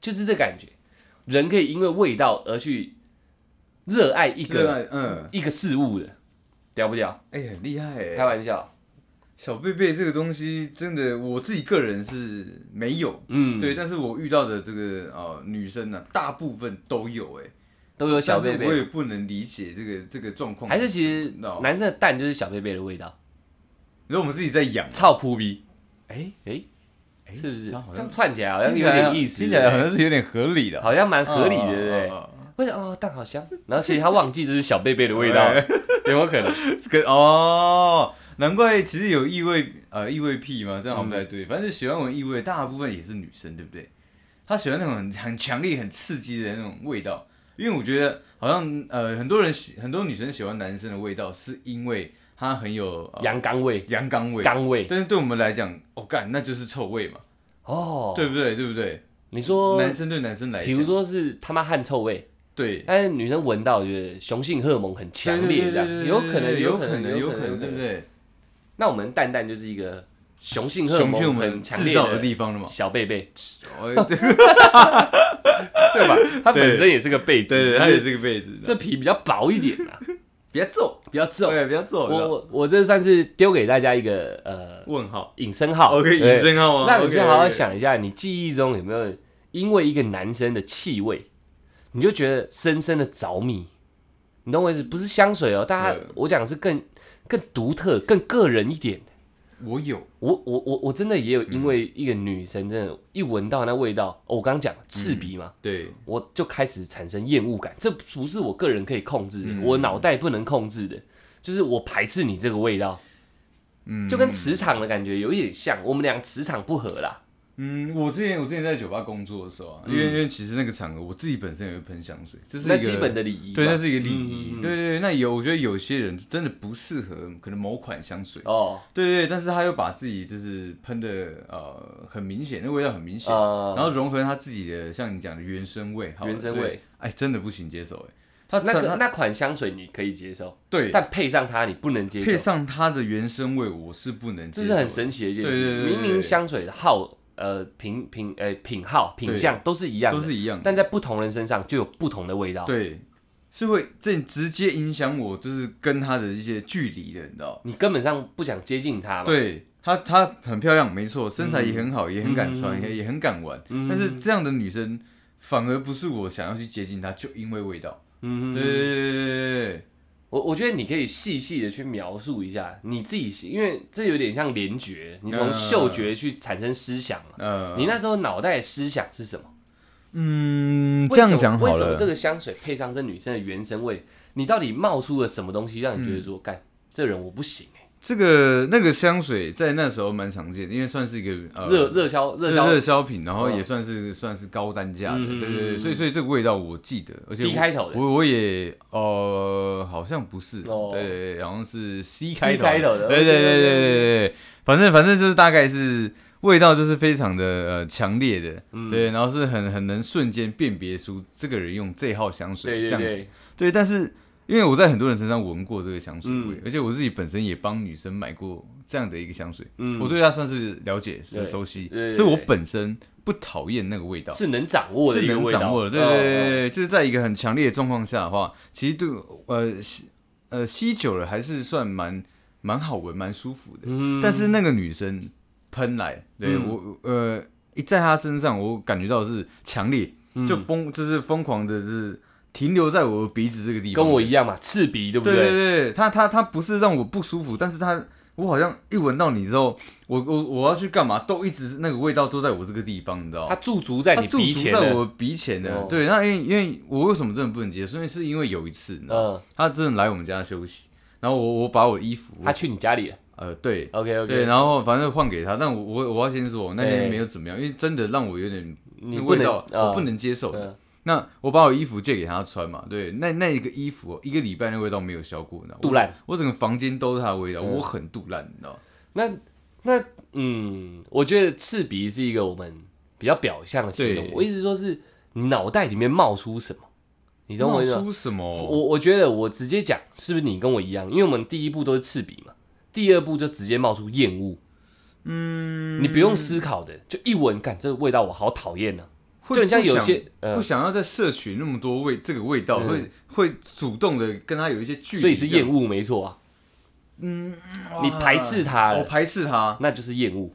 [SPEAKER 2] 就是这感觉。人可以因为味道而去热爱一
[SPEAKER 1] 一个
[SPEAKER 2] 个
[SPEAKER 1] 嗯，
[SPEAKER 2] 一个事物的，屌不屌？
[SPEAKER 1] 哎，很厉害
[SPEAKER 2] 开
[SPEAKER 1] 哎。
[SPEAKER 2] 玩笑，
[SPEAKER 1] 小贝贝这个东西真的，我自己个人是没有，
[SPEAKER 2] 嗯，
[SPEAKER 1] 对，，但是我遇到的这个呃女生呢，大部分都有哎，
[SPEAKER 2] 都有小
[SPEAKER 1] 但是
[SPEAKER 2] 贝
[SPEAKER 1] 我
[SPEAKER 2] 贝，
[SPEAKER 1] 也不能理解这个这个状况，
[SPEAKER 2] 还是其实
[SPEAKER 1] 那
[SPEAKER 2] 男生的蛋就是小贝贝的味道，
[SPEAKER 1] 你说我们自己在养，
[SPEAKER 2] 臭扑鼻。
[SPEAKER 1] 哎
[SPEAKER 2] 哎
[SPEAKER 1] 哎
[SPEAKER 2] 是不是？
[SPEAKER 1] 这
[SPEAKER 2] 这
[SPEAKER 1] 样好像
[SPEAKER 2] 样串起来好像
[SPEAKER 1] 听起
[SPEAKER 2] 有
[SPEAKER 1] 来
[SPEAKER 2] 点意思，
[SPEAKER 1] 听起来好像是有点合理的，
[SPEAKER 2] 好像蛮合理的，
[SPEAKER 1] 嗯
[SPEAKER 2] 对不对？？
[SPEAKER 1] 嗯嗯
[SPEAKER 2] 为什么哦蛋好香？然后其实他忘记这是小贝贝的
[SPEAKER 1] *laughs*
[SPEAKER 2] 味道，
[SPEAKER 1] 哎
[SPEAKER 2] 有没有可能？
[SPEAKER 1] 嗯这个哦，难怪其实有异味呃异味癖嘛，这样好像不太对。反正喜欢闻异味，大部分也是女生，对不对？她喜欢那种很很强烈、很刺激的那种味道，因为我觉得好像呃很多人喜很多女生喜欢男生的味道，是因为他很有呃
[SPEAKER 2] 阳刚味、
[SPEAKER 1] 阳刚味，
[SPEAKER 2] 刚味
[SPEAKER 1] 但是对我们来讲，哦干，那就是臭味嘛，
[SPEAKER 2] 哦。
[SPEAKER 1] 对不对？对不对？
[SPEAKER 2] 你说，
[SPEAKER 1] 男生对男生来
[SPEAKER 2] 比如
[SPEAKER 1] 讲，
[SPEAKER 2] 说是他妈汗臭味，
[SPEAKER 1] 对，
[SPEAKER 2] 但是女生闻到觉得雄性荷尔蒙很强烈，这样有可能，
[SPEAKER 1] 有
[SPEAKER 2] 可能，
[SPEAKER 1] 有
[SPEAKER 2] 可
[SPEAKER 1] 能，对不？对？
[SPEAKER 2] 那我们蛋蛋就是一个雄性荷尔
[SPEAKER 1] 雄性我
[SPEAKER 2] 蒙
[SPEAKER 1] 们
[SPEAKER 2] 很强
[SPEAKER 1] 制
[SPEAKER 2] 烈
[SPEAKER 1] 造的地方了嘛？
[SPEAKER 2] 小贝贝，
[SPEAKER 1] 哦，这
[SPEAKER 2] 对吧？
[SPEAKER 1] *laughs*
[SPEAKER 2] 它本身也是个被子， *laughs*
[SPEAKER 1] 对对，它
[SPEAKER 2] 只
[SPEAKER 1] 也
[SPEAKER 2] 是
[SPEAKER 1] 是个被子，
[SPEAKER 2] 这皮比较薄一点啊，
[SPEAKER 1] 比较皱，
[SPEAKER 2] 比较皱。
[SPEAKER 1] 对，比较皱。
[SPEAKER 2] 我我我这算是丢给大家一个呃
[SPEAKER 1] 问号
[SPEAKER 2] 引申号
[SPEAKER 1] 哦，OK，
[SPEAKER 2] 对
[SPEAKER 1] 隐身号吗？
[SPEAKER 2] 哎那你就
[SPEAKER 1] OK，OK
[SPEAKER 2] 好好，想一下，你记忆中有没有因为一个男生的气味，你就觉得深深的着迷？你懂我意思？不是香水哦，大家
[SPEAKER 1] 对
[SPEAKER 2] 我讲的是更更独特、更个人一点的。
[SPEAKER 1] 我有，
[SPEAKER 2] 我我我我真的也有因为一个女生，真的，一闻到那味道，哦我刚刚讲
[SPEAKER 1] 嗯
[SPEAKER 2] 刺鼻嘛，
[SPEAKER 1] 对，
[SPEAKER 2] 我就开始产生厌恶感。这不是我个人可以控制的，
[SPEAKER 1] 嗯
[SPEAKER 2] 我脑袋不能控制的，就是我排斥你这个味道，
[SPEAKER 1] 嗯，
[SPEAKER 2] 就跟磁场的感觉有一点像，我们俩磁场不合啦。
[SPEAKER 1] 嗯，我之前我之前在酒吧工作的时候啊，因为因为其实那个场合我自己本身也会喷香水，这是
[SPEAKER 2] 嗯那
[SPEAKER 1] 一个
[SPEAKER 2] 基本的礼仪吧，
[SPEAKER 1] 对，那是一个礼仪。
[SPEAKER 2] 嗯嗯嗯
[SPEAKER 1] 对对对，那有我觉得有些人真的不适合可能某款香水，
[SPEAKER 2] 哦，
[SPEAKER 1] 对对，对但是他又把自己就是喷的呃很明显，那味道很明显，
[SPEAKER 2] 呃，
[SPEAKER 1] 然后融合他自己的像你讲的原生味，好了
[SPEAKER 2] 原生，
[SPEAKER 1] 对
[SPEAKER 2] 味，
[SPEAKER 1] 哎，真的不行接受哎，他
[SPEAKER 2] 那
[SPEAKER 1] 他
[SPEAKER 2] 个那款香水你可以接受，
[SPEAKER 1] 对
[SPEAKER 2] 但配上它你不能接
[SPEAKER 1] 配
[SPEAKER 2] 受，
[SPEAKER 1] 上他的原生味，我是不能接
[SPEAKER 2] 这
[SPEAKER 1] 受
[SPEAKER 2] 是
[SPEAKER 1] 的，
[SPEAKER 2] 很神奇的一件
[SPEAKER 1] 对对
[SPEAKER 2] 事。
[SPEAKER 1] 对对
[SPEAKER 2] 明明香水的号呃品品呃品号品相都是一样
[SPEAKER 1] 都
[SPEAKER 2] 的，
[SPEAKER 1] 是一样的，
[SPEAKER 2] 但在不同人身上就有不同的味道。
[SPEAKER 1] 对，是会这直接影响我，就是跟他的一些距离的，你知道？
[SPEAKER 2] 你根本上不想接近它嘛？
[SPEAKER 1] 对她，她很漂亮，没错，身材也很
[SPEAKER 2] 嗯
[SPEAKER 1] 好，也很敢穿，也也很敢玩。但是这样的女生反而不是我想要去接近她，就因为味道。
[SPEAKER 2] 嗯，
[SPEAKER 1] 对对对对对
[SPEAKER 2] 我我觉得你可以细细的去描述一下你自己，因为这有点像联觉，你从
[SPEAKER 1] 嗯
[SPEAKER 2] 嗅觉去产生思想嘛。
[SPEAKER 1] 对，呃，
[SPEAKER 2] 你那时候脑袋的思想是什么？
[SPEAKER 1] *laughs* 嗯，
[SPEAKER 2] 为
[SPEAKER 1] 这
[SPEAKER 2] 什
[SPEAKER 1] 样
[SPEAKER 2] 么
[SPEAKER 1] 讲好
[SPEAKER 2] 为什么这
[SPEAKER 1] 了，
[SPEAKER 2] 个香水配上这女生的原生味，你到底冒出了什么东西，让你觉得
[SPEAKER 1] 嗯
[SPEAKER 2] 说，干、这人我不行、欸
[SPEAKER 1] 这个那个香水在那时候蛮常见的，因为算是一个呃
[SPEAKER 2] 热热销热销
[SPEAKER 1] 热销品，然后
[SPEAKER 2] 嗯
[SPEAKER 1] 也算是、算是高单价的，
[SPEAKER 2] 嗯嗯嗯
[SPEAKER 1] 对对
[SPEAKER 2] 嗯
[SPEAKER 1] 对，所以所以这个味道我记得，而且我
[SPEAKER 2] D 开头的
[SPEAKER 1] 我我也呃好像不是，
[SPEAKER 2] 哦
[SPEAKER 1] 对对对，好像是 C 开头，
[SPEAKER 2] 开头的
[SPEAKER 1] 对对对对
[SPEAKER 2] OK，OK，OK
[SPEAKER 1] 对对对，反正反正就是大概是味道就是非常的呃强烈的，对，然后是很很能瞬间辨别出这个人用这号香水
[SPEAKER 2] 对对
[SPEAKER 1] 这样子，
[SPEAKER 2] 对，
[SPEAKER 1] 对，但是。因为我在很多人身上闻过这个香水味，
[SPEAKER 2] 嗯
[SPEAKER 1] 而且我自己本身也帮女生买过这样的一个香水，
[SPEAKER 2] 嗯
[SPEAKER 1] 我对它算是了解、
[SPEAKER 2] 对
[SPEAKER 1] 是熟悉
[SPEAKER 2] 对对，对
[SPEAKER 1] 所以我本身不讨厌那个味道，
[SPEAKER 2] 是能掌握的
[SPEAKER 1] 是
[SPEAKER 2] 一个
[SPEAKER 1] 能
[SPEAKER 2] 味道，
[SPEAKER 1] 掌握的。对
[SPEAKER 2] 嗯
[SPEAKER 1] 对对对，对就是在一个很强烈的状况下的话，其实对呃吸呃吸久了还是算蛮蛮好闻、蛮舒服的。
[SPEAKER 2] 嗯
[SPEAKER 1] 但是那个女生嗯喷来，对、
[SPEAKER 2] 嗯
[SPEAKER 1] 我呃一在她身上，我感觉到的是强烈，就疯就是疯狂的，就是停留在我的鼻子这个地方，
[SPEAKER 2] 跟我一样嘛，刺鼻对不
[SPEAKER 1] 对对对，它它它不是让我不舒服，但是它我好像一闻到你之后，我我我要去干嘛，都一直那个味道都在我这个地方，你知道
[SPEAKER 2] 它
[SPEAKER 1] 吗？
[SPEAKER 2] 驻足在
[SPEAKER 1] 它
[SPEAKER 2] 你
[SPEAKER 1] 驻
[SPEAKER 2] 鼻
[SPEAKER 1] 足
[SPEAKER 2] 前
[SPEAKER 1] 在
[SPEAKER 2] 的，
[SPEAKER 1] 我鼻前的，
[SPEAKER 2] 哦
[SPEAKER 1] 对，那因为因为我为什么真的不能接受？因为是因为有一次，你知道吗
[SPEAKER 2] 嗯，
[SPEAKER 1] 他真的来我们家休息，然后我我把我衣服，
[SPEAKER 2] 它去你家里了
[SPEAKER 1] 呃，对
[SPEAKER 2] ，OK
[SPEAKER 1] 对，
[SPEAKER 2] OK，
[SPEAKER 1] 然后反正换给他，但我我我要先说，我那
[SPEAKER 2] 哎
[SPEAKER 1] 天没有怎么样，因为真的让我有点
[SPEAKER 2] 你
[SPEAKER 1] 那
[SPEAKER 2] 不
[SPEAKER 1] 味
[SPEAKER 2] 能
[SPEAKER 1] 道
[SPEAKER 2] 啊
[SPEAKER 1] 我不能接受的。
[SPEAKER 2] 嗯
[SPEAKER 1] 那我把我衣服借给他穿嘛，对，那那一个衣服一个礼拜那味道没有消过，你知道吗
[SPEAKER 2] 杜烂，嗯
[SPEAKER 1] 我整个房间都是它的味道，我很肚烂，你知道吗？
[SPEAKER 2] 那那嗯，我觉得刺鼻是一个我们比较表象的形容，
[SPEAKER 1] 对
[SPEAKER 2] 我一直说是你脑袋里面冒出什么，你
[SPEAKER 1] 你
[SPEAKER 2] 懂我意思吗？
[SPEAKER 1] 出什么？哦
[SPEAKER 2] 我我觉得我直接讲，是不是你跟我一样？因为我们第一步都是刺鼻嘛，第二步就直接冒出厌恶，
[SPEAKER 1] 嗯，
[SPEAKER 2] 你不用思考的，就一闻，感这个味道我好讨厌呢。
[SPEAKER 1] 会
[SPEAKER 2] 就很像
[SPEAKER 1] 不想
[SPEAKER 2] 有些呃
[SPEAKER 1] 不，想要再摄取那么多味这个味道，
[SPEAKER 2] 嗯
[SPEAKER 1] 会会主动的跟它有一些距离，
[SPEAKER 2] 所以是厌
[SPEAKER 1] 恶，
[SPEAKER 2] 恶没错啊，
[SPEAKER 1] 哇
[SPEAKER 2] 你排斥它
[SPEAKER 1] 我
[SPEAKER 2] 了，
[SPEAKER 1] 排斥它，
[SPEAKER 2] 那就是厌恶。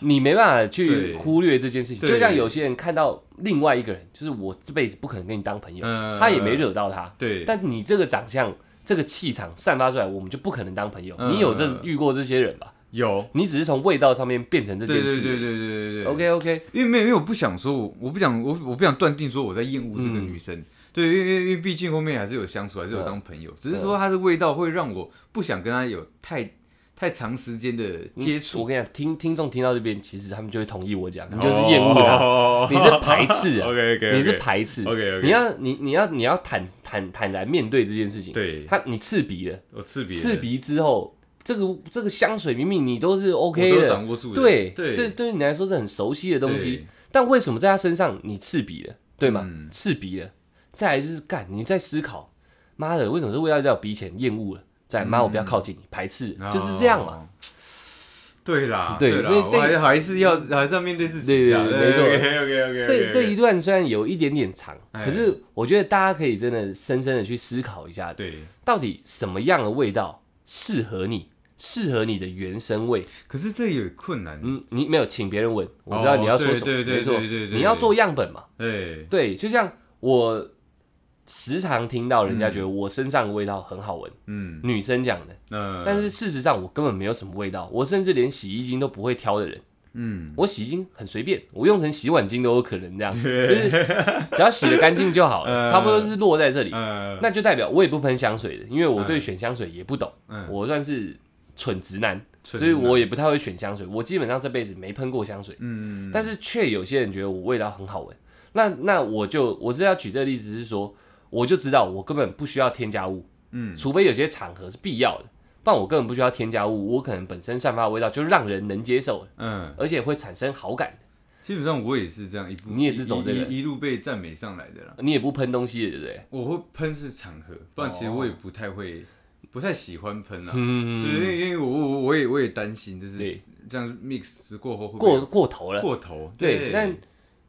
[SPEAKER 2] 你没办法去
[SPEAKER 1] 对
[SPEAKER 2] 忽略这件事情，
[SPEAKER 1] 对
[SPEAKER 2] 就像有些人看到另外一个人，就是我这辈子不可能跟你当朋友，
[SPEAKER 1] 嗯
[SPEAKER 2] 他也没惹到他，
[SPEAKER 1] 对，
[SPEAKER 2] 但你这个长相、这个气场散发出来，我们就不可能当朋友。
[SPEAKER 1] 嗯
[SPEAKER 2] 你有这遇过这些人吧？
[SPEAKER 1] 有，
[SPEAKER 2] 你只是从味道上面变成这
[SPEAKER 1] 对
[SPEAKER 2] 件
[SPEAKER 1] 对
[SPEAKER 2] 事
[SPEAKER 1] 对对对对对
[SPEAKER 2] OK OK，
[SPEAKER 1] 因为没有，因为我不想说，我我不想，我我不想断定说我在厌恶这个
[SPEAKER 2] 嗯
[SPEAKER 1] 女生。对，因为因为因为毕竟后面还是有相处，还是有当朋友，
[SPEAKER 2] 嗯
[SPEAKER 1] 只是说她的味道会让我不想跟她有太太长时间的接
[SPEAKER 2] 我
[SPEAKER 1] 触。
[SPEAKER 2] 跟你讲，听听众听到这边，其实他们就会同意我嗯讲，你就是
[SPEAKER 1] 哦
[SPEAKER 2] 厌恶
[SPEAKER 1] *laughs*
[SPEAKER 2] 他，你是排斥啊
[SPEAKER 1] OK，OK，OK
[SPEAKER 2] 你是排斥。
[SPEAKER 1] OK，OK
[SPEAKER 2] 你要你你要你要坦坦坦然面对这件事情。，
[SPEAKER 1] 对，
[SPEAKER 2] 他你刺鼻了，
[SPEAKER 1] 我刺鼻，
[SPEAKER 2] 刺鼻之后，这个这个香水明明你都是
[SPEAKER 1] 我
[SPEAKER 2] OK
[SPEAKER 1] 都
[SPEAKER 2] 的，
[SPEAKER 1] 掌握住了。
[SPEAKER 2] 对，
[SPEAKER 1] 对，
[SPEAKER 2] 这对你来说是很熟悉的东西
[SPEAKER 1] 对，
[SPEAKER 2] 但为什么在他身上你刺鼻了，对吗？
[SPEAKER 1] 嗯
[SPEAKER 2] 刺鼻了，再来就是干，你在思考，妈的，为
[SPEAKER 1] 嗯
[SPEAKER 2] 什么这味道在我鼻前厌恶了？再来妈，我不要靠近你，排斥，就是这样嘛。
[SPEAKER 1] 哦。对啦，
[SPEAKER 2] 对
[SPEAKER 1] 啦，
[SPEAKER 2] 所以这
[SPEAKER 1] 我还还是要还是要面对自己啊，
[SPEAKER 2] 对对对没错
[SPEAKER 1] OK OK OK，
[SPEAKER 2] 这这一段虽然有一点点长，
[SPEAKER 1] 哎
[SPEAKER 2] 可是我觉得大家可以真的深深的去思考一下，
[SPEAKER 1] 对，
[SPEAKER 2] 到底什么样的味道适合你，适合你的原生味。
[SPEAKER 1] 可是这有困难，
[SPEAKER 2] 嗯，你没有请别人问，我知道你要说什么，
[SPEAKER 1] 哦对对对
[SPEAKER 2] 没错，
[SPEAKER 1] 对对对对
[SPEAKER 2] 你要做样本嘛。
[SPEAKER 1] 对，
[SPEAKER 2] 对，就像我时常听到人家觉得我身上的味道很好闻，
[SPEAKER 1] 嗯，
[SPEAKER 2] 女生讲的，
[SPEAKER 1] 那
[SPEAKER 2] 但是事实上我根本没有什么味道，我甚至连洗衣精都不会挑的人。
[SPEAKER 1] 嗯，
[SPEAKER 2] 我洗衣精很随便，我用成洗碗巾都有可能这样，就是只要洗的干净就好
[SPEAKER 1] *laughs*
[SPEAKER 2] 了，
[SPEAKER 1] 嗯
[SPEAKER 2] 差不多是落在这里。
[SPEAKER 1] 呃，
[SPEAKER 2] 那就代表我也不喷香水的，因为我对选香水也不懂，
[SPEAKER 1] 嗯
[SPEAKER 2] 我算是蠢直男，
[SPEAKER 1] 蠢
[SPEAKER 2] 所以
[SPEAKER 1] 直男
[SPEAKER 2] 我也不太会选香水。我基本上这辈子没喷过香水，
[SPEAKER 1] 嗯，
[SPEAKER 2] 但是却有些人觉得我味道很好闻。那那我就我是要举这个例子是说，我就知道我根本不需要添加物，
[SPEAKER 1] 嗯
[SPEAKER 2] 除非有些场合是必要的，不然我根本不需要添加物，我可能本身散发的味道就让人能接受了，
[SPEAKER 1] 嗯，
[SPEAKER 2] 而且会产生好感。
[SPEAKER 1] 基本上我也是这样一步，
[SPEAKER 2] 你也是走这个
[SPEAKER 1] 一一一路被赞美上来的啦。
[SPEAKER 2] 你也不喷东西的，对不对？
[SPEAKER 1] 我会喷是场合，不然其实我也不太会，不太喜欢喷啦。对，因
[SPEAKER 2] 哦嗯，
[SPEAKER 1] 为因为我我我也我也担心，就是
[SPEAKER 2] 对
[SPEAKER 1] 这样 mix 过后会不会
[SPEAKER 2] 过过头了。
[SPEAKER 1] 过头。
[SPEAKER 2] 对，但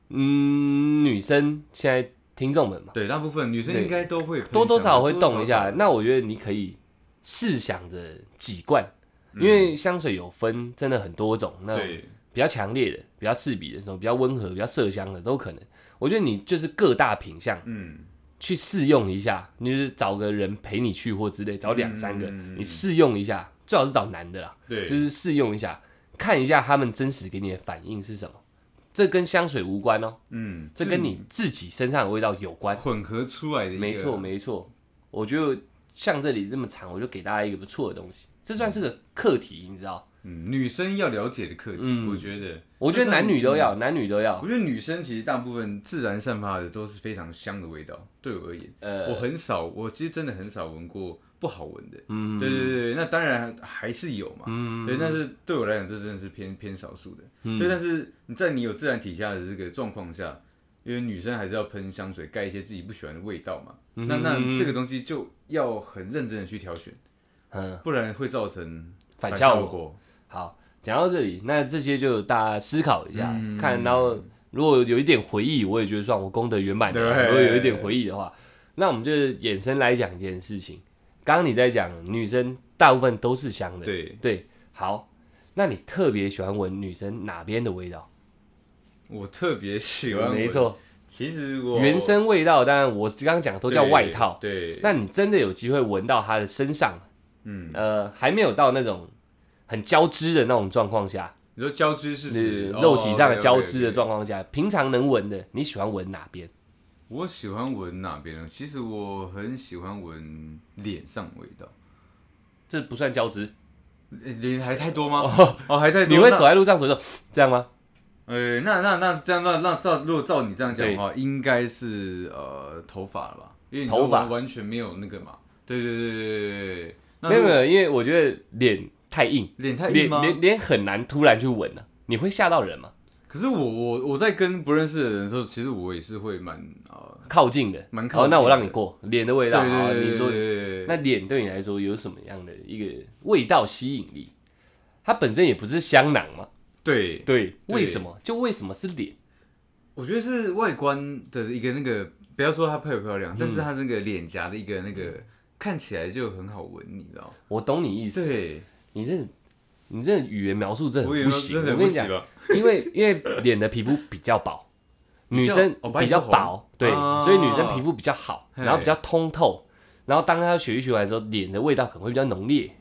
[SPEAKER 2] 嗯，女生现在听众们嘛，
[SPEAKER 1] 对大部分女生应该都会喷
[SPEAKER 2] 多多
[SPEAKER 1] 香
[SPEAKER 2] 少少
[SPEAKER 1] 水
[SPEAKER 2] 会动一下。
[SPEAKER 1] 多多少少
[SPEAKER 2] 那我觉得你可以试想着几罐，因为香水有分真的很多种，那种
[SPEAKER 1] 嗯对，
[SPEAKER 2] 比较强烈的、比较刺鼻的、那种比较温和、比较麝香的都可能。我觉得你就是各大品相
[SPEAKER 1] 嗯，
[SPEAKER 2] 去试用一下，你就是找个人陪你去或之类，找两三个
[SPEAKER 1] 嗯
[SPEAKER 2] 你试用一下，最好是找男的啦。
[SPEAKER 1] 对，
[SPEAKER 2] 就是试用一下，看一下他们真实给你的反应是什么。这跟香水无关哦，
[SPEAKER 1] 嗯，
[SPEAKER 2] 这跟你自己身上的味道有关。
[SPEAKER 1] 混合出来的一个，
[SPEAKER 2] 没错，没错。我觉得像这里这么长，我就给大家一个不错的东西，这算是个课题，你知道？
[SPEAKER 1] 嗯，女生要了解的课题，
[SPEAKER 2] 嗯
[SPEAKER 1] 我觉得，
[SPEAKER 2] 我觉得
[SPEAKER 1] 就算嗯
[SPEAKER 2] 男女都要，男女都要
[SPEAKER 1] 我。觉得女生其实大部分自然散发的都是非常香的味道，对我而言，
[SPEAKER 2] 呃，
[SPEAKER 1] 我很少，我其实真的很少闻过不好闻的。
[SPEAKER 2] 嗯，
[SPEAKER 1] 对对对，那当然还是有嘛，对，但是对我来讲，这真的是偏偏少数的。
[SPEAKER 2] 嗯
[SPEAKER 1] 对，但是你在你有自然体下的这个状况下，因为女生还是要喷香水，盖一些自己不喜欢的味道嘛。嗯那那这个东西就要很认真的去挑选，
[SPEAKER 2] 嗯，
[SPEAKER 1] 不然会造成
[SPEAKER 2] 反效
[SPEAKER 1] 效
[SPEAKER 2] 果。好，讲到这里，那这些就大家思考一下，
[SPEAKER 1] 嗯
[SPEAKER 2] 看然后如果有一点回忆，我也觉得算我功德圆满的。
[SPEAKER 1] 对
[SPEAKER 2] 如果有一点回忆的话，那我们就衍生来讲一件事情。刚刚你在讲女生大部分都是香的，
[SPEAKER 1] 对
[SPEAKER 2] 好，那你特别喜欢闻女生哪边的味道？
[SPEAKER 1] 我特别喜欢，
[SPEAKER 2] 没，错，
[SPEAKER 1] 其实我
[SPEAKER 2] 原生味道。当然，我刚刚讲的都叫
[SPEAKER 1] 对
[SPEAKER 2] 外套。
[SPEAKER 1] 对，
[SPEAKER 2] 那你真的有机会闻到她的身上，
[SPEAKER 1] 嗯，
[SPEAKER 2] 呃，还没有到那种很交织的那种状况下，
[SPEAKER 1] 你说交织是
[SPEAKER 2] 是
[SPEAKER 1] 指哦
[SPEAKER 2] 肉体上的交织的。
[SPEAKER 1] 哦，OK，OK，OK
[SPEAKER 2] 状况下，平常能闻的，你喜欢闻哪边？
[SPEAKER 1] 我喜欢闻哪边呢？其实我很喜欢闻脸上的味道。
[SPEAKER 2] 这不算交织，
[SPEAKER 1] 呃脸还太多吗？哦，还太多。
[SPEAKER 2] 你会
[SPEAKER 1] 那
[SPEAKER 2] 走？在路上走着 *sniffs* 这样吗？
[SPEAKER 1] 呃，那那那这样，那那照如果照你这样讲的话，应该是呃头发了吧？因为你说
[SPEAKER 2] 头发
[SPEAKER 1] 完完全没有那个嘛。对对对对对对。那
[SPEAKER 2] 没有
[SPEAKER 1] 如
[SPEAKER 2] 没
[SPEAKER 1] 果
[SPEAKER 2] 有，因为我觉得脸太硬，
[SPEAKER 1] 脸太硬
[SPEAKER 2] 脸
[SPEAKER 1] 吗？
[SPEAKER 2] 脸脸很难突然去闻了、你会吓到人吗？
[SPEAKER 1] 可是我我我在跟不认识的人的时候，其实我也是会蛮呃，
[SPEAKER 2] 靠近的，
[SPEAKER 1] 蛮靠近
[SPEAKER 2] 好，
[SPEAKER 1] 的
[SPEAKER 2] 那我让你过脸的味
[SPEAKER 1] 对
[SPEAKER 2] 道。
[SPEAKER 1] 对
[SPEAKER 2] 好，
[SPEAKER 1] 对对
[SPEAKER 2] 你
[SPEAKER 1] 对
[SPEAKER 2] 说，
[SPEAKER 1] 对对
[SPEAKER 2] 那脸对你来说有什么样的一个味道吸引力？它本身也不是香囊嘛，
[SPEAKER 1] 对，
[SPEAKER 2] 对，
[SPEAKER 1] 对
[SPEAKER 2] 为什么？就为什么是脸？
[SPEAKER 1] 我觉得是外观的一个那个，不要说她漂不漂
[SPEAKER 2] 嗯
[SPEAKER 1] 亮，但是她那个脸颊的一个那个看起来就很好闻，你知道？
[SPEAKER 2] 我懂你意思，
[SPEAKER 1] 对，
[SPEAKER 2] 你这你这语言描述真的
[SPEAKER 1] 我
[SPEAKER 2] 很
[SPEAKER 1] 也
[SPEAKER 2] 不
[SPEAKER 1] 不
[SPEAKER 2] 行，
[SPEAKER 1] 行，
[SPEAKER 2] 我跟你讲，因为因为脸的皮肤比
[SPEAKER 1] *laughs*
[SPEAKER 2] 较薄，女生
[SPEAKER 1] 哦白
[SPEAKER 2] 比较
[SPEAKER 1] 就红
[SPEAKER 2] 薄，对，
[SPEAKER 1] 啊
[SPEAKER 2] 所以女生皮肤比较好，
[SPEAKER 1] 嘿
[SPEAKER 2] 然后比较通透，然后当她血液循环的时候，脸的味道可能会比较浓烈。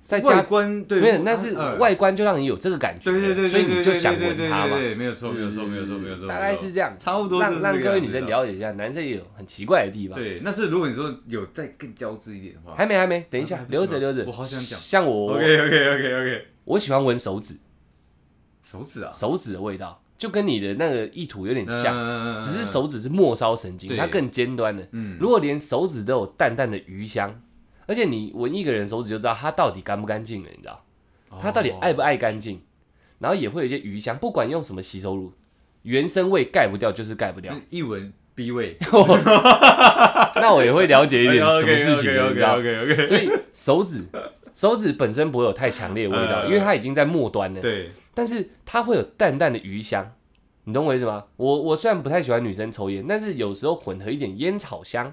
[SPEAKER 2] 再
[SPEAKER 1] 外
[SPEAKER 2] 加
[SPEAKER 1] 观对，
[SPEAKER 2] 没有，那是
[SPEAKER 1] 呃
[SPEAKER 2] 外观就让你有这个感觉，
[SPEAKER 1] 对对对，对
[SPEAKER 2] 所以你就
[SPEAKER 1] 对
[SPEAKER 2] 想
[SPEAKER 1] 对
[SPEAKER 2] 闻
[SPEAKER 1] 对
[SPEAKER 2] 它嘛
[SPEAKER 1] 对。对，没有错，没有错，没有错，没有错，
[SPEAKER 2] 大概是这样，
[SPEAKER 1] 差不多就
[SPEAKER 2] 让
[SPEAKER 1] 是
[SPEAKER 2] 让
[SPEAKER 1] 这个
[SPEAKER 2] 各位
[SPEAKER 1] 样
[SPEAKER 2] 女
[SPEAKER 1] 子
[SPEAKER 2] 生
[SPEAKER 1] 的
[SPEAKER 2] 了解一下，男生也有很奇怪的地方。
[SPEAKER 1] 对。那是如果你说有再更交织一点的话
[SPEAKER 2] 还没哦还没，等一下
[SPEAKER 1] 还，不是
[SPEAKER 2] 留着
[SPEAKER 1] 吗
[SPEAKER 2] 留着。
[SPEAKER 1] 我好想讲
[SPEAKER 2] 像我
[SPEAKER 1] ，OK OK OK OK，
[SPEAKER 2] 我喜欢闻手指，
[SPEAKER 1] 手指啊，
[SPEAKER 2] 手指的味道就跟你的那个意图有点像，
[SPEAKER 1] 像
[SPEAKER 2] 只是手指是末梢神经，
[SPEAKER 1] 嗯对
[SPEAKER 2] 它更尖端的。
[SPEAKER 1] 嗯
[SPEAKER 2] 如果连手指都有淡淡的余香，而且你闻一个人手指就知道他到底干不干净了，你知道
[SPEAKER 1] 哦
[SPEAKER 2] 他到底爱不爱干净，然后也会有一些余香，不管用什么洗手乳，原生味盖不掉就是盖不掉。
[SPEAKER 1] 哦一闻逼味，*laughs*
[SPEAKER 2] *laughs*
[SPEAKER 1] 哎
[SPEAKER 2] 那我也会了解一点什么事情的，你知道
[SPEAKER 1] OK OK OK，
[SPEAKER 2] 所以手指手指本身不会有太强烈的味道，
[SPEAKER 1] 呃
[SPEAKER 2] 因为它已经在末端了。
[SPEAKER 1] 对，
[SPEAKER 2] 但是它会有淡淡的余香，你懂我意思吗？我我虽然不太喜欢女生抽烟，但是有时候混合一点烟草香，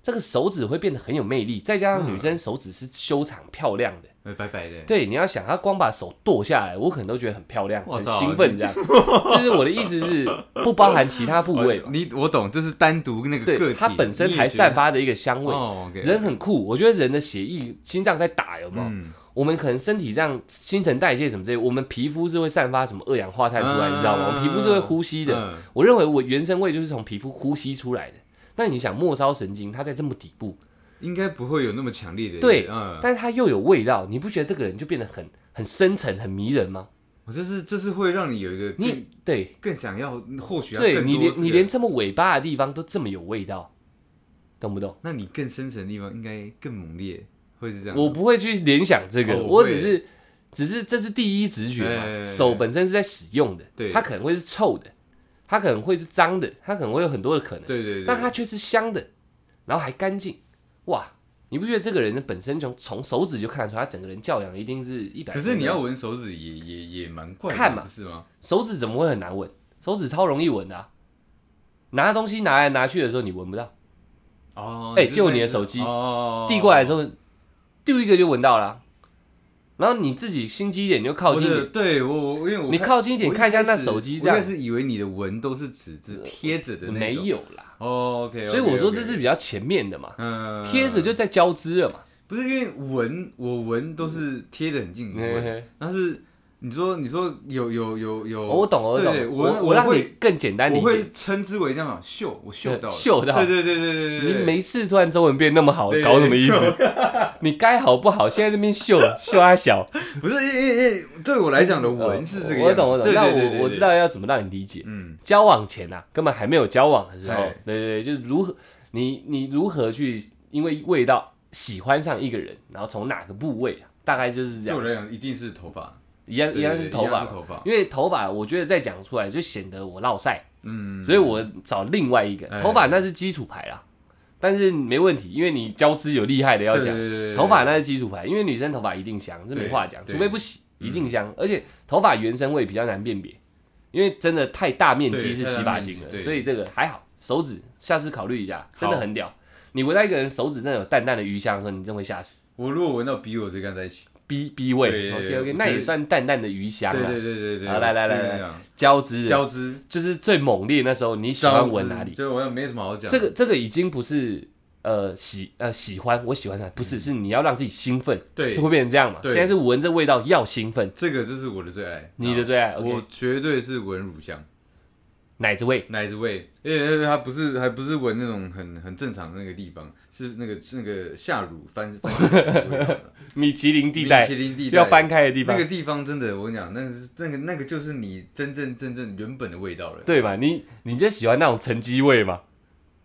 [SPEAKER 2] 这个手指会变得很有魅力。再加上女生手指是修长漂亮的，
[SPEAKER 1] 呃白白的，
[SPEAKER 2] 对，你要想她光把手剁下来，我可能都觉得很漂亮，
[SPEAKER 1] 我
[SPEAKER 2] 很
[SPEAKER 1] 操
[SPEAKER 2] 兴奋这样。就是我的意思是，不包含其他部位
[SPEAKER 1] 哦
[SPEAKER 2] 嘛，
[SPEAKER 1] 你我懂，就是单独那个个
[SPEAKER 2] 对，
[SPEAKER 1] 体，
[SPEAKER 2] 它本身
[SPEAKER 1] 你也
[SPEAKER 2] 还
[SPEAKER 1] 觉
[SPEAKER 2] 散
[SPEAKER 1] 得
[SPEAKER 2] 发着一个香味。
[SPEAKER 1] 哦，OK，
[SPEAKER 2] 人很酷，我觉得人的血液、心脏在打，有没有？
[SPEAKER 1] 嗯，
[SPEAKER 2] 我们可能身体这样新陈代谢什么之类，我们皮肤是会散发什么二氧化碳出来，
[SPEAKER 1] 嗯
[SPEAKER 2] 你知道吗？我们皮肤是会呼吸的。
[SPEAKER 1] 嗯
[SPEAKER 2] 我认为我原生味就是从皮肤呼吸出来的。那你想末梢神经它在这么底部，
[SPEAKER 1] 应该不会有那么强烈的，
[SPEAKER 2] 对
[SPEAKER 1] 嗯，
[SPEAKER 2] 但是它又有味道，你不觉得这个人就变得很很深沉、很迷人吗？
[SPEAKER 1] 我这是这是会让你有一个更
[SPEAKER 2] 你对
[SPEAKER 1] 更想要或许要
[SPEAKER 2] 对，
[SPEAKER 1] 更
[SPEAKER 2] 你
[SPEAKER 1] 多
[SPEAKER 2] 连
[SPEAKER 1] 这
[SPEAKER 2] 你
[SPEAKER 1] 个
[SPEAKER 2] 连这么尾巴的地方都这么有味道，懂不懂？
[SPEAKER 1] 那你更深层的地方应该更猛烈，会是这样吗。
[SPEAKER 2] 我不会去联想这个，
[SPEAKER 1] 哦我
[SPEAKER 2] 我
[SPEAKER 1] 会
[SPEAKER 2] 只是只是这是第一直觉嘛，
[SPEAKER 1] 哎
[SPEAKER 2] 手本身是在使用的，
[SPEAKER 1] 对
[SPEAKER 2] 它可能会是臭的，它可能会是脏的，它可能会有很多的可能，
[SPEAKER 1] 对对对，
[SPEAKER 2] 但它却是香的，然后还干净，哇！你不觉得这个人本身从从手指就看得出他整个人教养一定是一百？
[SPEAKER 1] 可是你要闻手指也也也蛮怪的，
[SPEAKER 2] 看嘛
[SPEAKER 1] 不是吗？
[SPEAKER 2] 手指怎么会很难闻？手指超容易闻的啊、拿东西拿来拿去的时候你闻不到，
[SPEAKER 1] 哦，
[SPEAKER 2] 哎
[SPEAKER 1] 是
[SPEAKER 2] 借我
[SPEAKER 1] 那
[SPEAKER 2] 你的
[SPEAKER 1] 种
[SPEAKER 2] 手机
[SPEAKER 1] 哦，
[SPEAKER 2] 递过来的时候丢一个就闻到了啊、然后你自己心机一点你就靠
[SPEAKER 1] 我
[SPEAKER 2] 近一
[SPEAKER 1] 的
[SPEAKER 2] 点，
[SPEAKER 1] 对我我因为我
[SPEAKER 2] *laughs* 你靠近一
[SPEAKER 1] 一
[SPEAKER 2] 点
[SPEAKER 1] 开
[SPEAKER 2] 看一下那
[SPEAKER 1] 始
[SPEAKER 2] 手机，
[SPEAKER 1] 我
[SPEAKER 2] 这样
[SPEAKER 1] 一开始以为你的闻都是纸只贴着的那
[SPEAKER 2] 没
[SPEAKER 1] 种，
[SPEAKER 2] 有啦。
[SPEAKER 1] 哦，OK，
[SPEAKER 2] 所以我说这是比较前面的嘛，
[SPEAKER 1] 嗯
[SPEAKER 2] 贴着就在交织了嘛。
[SPEAKER 1] 不是因为闻我闻都是贴着很近的
[SPEAKER 2] 嘿
[SPEAKER 1] 闻，
[SPEAKER 2] 嘿
[SPEAKER 1] 但是你说你说有有有有，
[SPEAKER 2] 哦我懂，我
[SPEAKER 1] 对
[SPEAKER 2] 懂
[SPEAKER 1] 对，我
[SPEAKER 2] 我
[SPEAKER 1] 我
[SPEAKER 2] 让你
[SPEAKER 1] 会
[SPEAKER 2] 更简单理
[SPEAKER 1] 我
[SPEAKER 2] 解。
[SPEAKER 1] 会称之为这样嗅，我嗅到了，
[SPEAKER 2] 嗅到
[SPEAKER 1] 对对对对对对
[SPEAKER 2] 你
[SPEAKER 1] 对，
[SPEAKER 2] 没事，突然中文变那么好
[SPEAKER 1] 对，
[SPEAKER 2] 搞什么意思？ *laughs* 你该好不好？现在这边秀
[SPEAKER 1] *laughs*
[SPEAKER 2] 秀啊阿小，
[SPEAKER 1] 不是因为因为因为对我来讲的闻是这个样子，
[SPEAKER 2] 哦我懂我懂。
[SPEAKER 1] 对
[SPEAKER 2] 那
[SPEAKER 1] 对对对
[SPEAKER 2] 我我
[SPEAKER 1] 对
[SPEAKER 2] 知道要怎么让你理解。
[SPEAKER 1] 嗯，
[SPEAKER 2] 交往前啊，根本还没有交往的时候
[SPEAKER 1] 嘿，
[SPEAKER 2] 对对对，就是如何你你如何去因为味道喜欢上一个人，然后从哪个部位啊，大概就是这
[SPEAKER 1] 对
[SPEAKER 2] 样
[SPEAKER 1] 我。来讲一定是头发，
[SPEAKER 2] 一样一样
[SPEAKER 1] 对对
[SPEAKER 2] 是
[SPEAKER 1] 对
[SPEAKER 2] 头
[SPEAKER 1] 一样
[SPEAKER 2] 发
[SPEAKER 1] 是头
[SPEAKER 2] 嘛
[SPEAKER 1] 发，
[SPEAKER 2] 因为头发我觉得再讲出来就显得我落晒，
[SPEAKER 1] 嗯，
[SPEAKER 2] 所以我找另外一个
[SPEAKER 1] 哎
[SPEAKER 2] 头发那是基础牌啦，但是没问题，因为你交织有厉害的要讲，
[SPEAKER 1] 讲
[SPEAKER 2] 头发那是基础牌，因为女生头发一定香，这
[SPEAKER 1] 对
[SPEAKER 2] 没话讲，
[SPEAKER 1] 对嗯
[SPEAKER 2] 除非不洗一定香，而且头发原生味比较难辨别，因为真的太大面积
[SPEAKER 1] 对
[SPEAKER 2] 是
[SPEAKER 1] 太大
[SPEAKER 2] 洗发
[SPEAKER 1] 面积
[SPEAKER 2] 精了，
[SPEAKER 1] 对
[SPEAKER 2] 所以这个还好，手指下次考虑一下，真的很屌，你闻到一个人手指真的有淡淡的余香的时候，你真会吓死。
[SPEAKER 1] 我如果闻到鼻我就跟他在一起，
[SPEAKER 2] 逼逼
[SPEAKER 1] 对
[SPEAKER 2] 味
[SPEAKER 1] 对
[SPEAKER 2] ，OK
[SPEAKER 1] 对
[SPEAKER 2] OK，那也
[SPEAKER 1] 对
[SPEAKER 2] 算淡淡的余香
[SPEAKER 1] 对
[SPEAKER 2] 了，
[SPEAKER 1] 对对对对，
[SPEAKER 2] 啊好来来
[SPEAKER 1] 我
[SPEAKER 2] 来
[SPEAKER 1] 是这
[SPEAKER 2] 来
[SPEAKER 1] 样
[SPEAKER 2] 交织的
[SPEAKER 1] 交织，
[SPEAKER 2] 就是最猛烈那时候，你喜欢闻哪里？
[SPEAKER 1] 就是我也没什么好讲，
[SPEAKER 2] 这个这个已经不是呃喜呃喜欢，我喜欢啥？不是，是你要让自己兴奋，
[SPEAKER 1] 嗯对
[SPEAKER 2] 是会变成这样嘛？
[SPEAKER 1] 对
[SPEAKER 2] 现在是闻这味道要兴奋，
[SPEAKER 1] 这个就是我的最爱，
[SPEAKER 2] 你的最爱
[SPEAKER 1] 然后啊我
[SPEAKER 2] 哎，OK，
[SPEAKER 1] 绝对是闻乳香。
[SPEAKER 2] 奶子味，
[SPEAKER 1] 奶子味，而且它不是还不是闻那种很很正常的那个地方，是那个那个下乳翻翻
[SPEAKER 2] 米其林 *laughs* 地
[SPEAKER 1] 米
[SPEAKER 2] 带
[SPEAKER 1] 其林地带
[SPEAKER 2] 要翻开的地方
[SPEAKER 1] 那个，地方真的，我跟你讲，那个是那个那个就是你真正真正原本的味道了。
[SPEAKER 2] 对嘛？你你就喜欢那种沉积味嘛？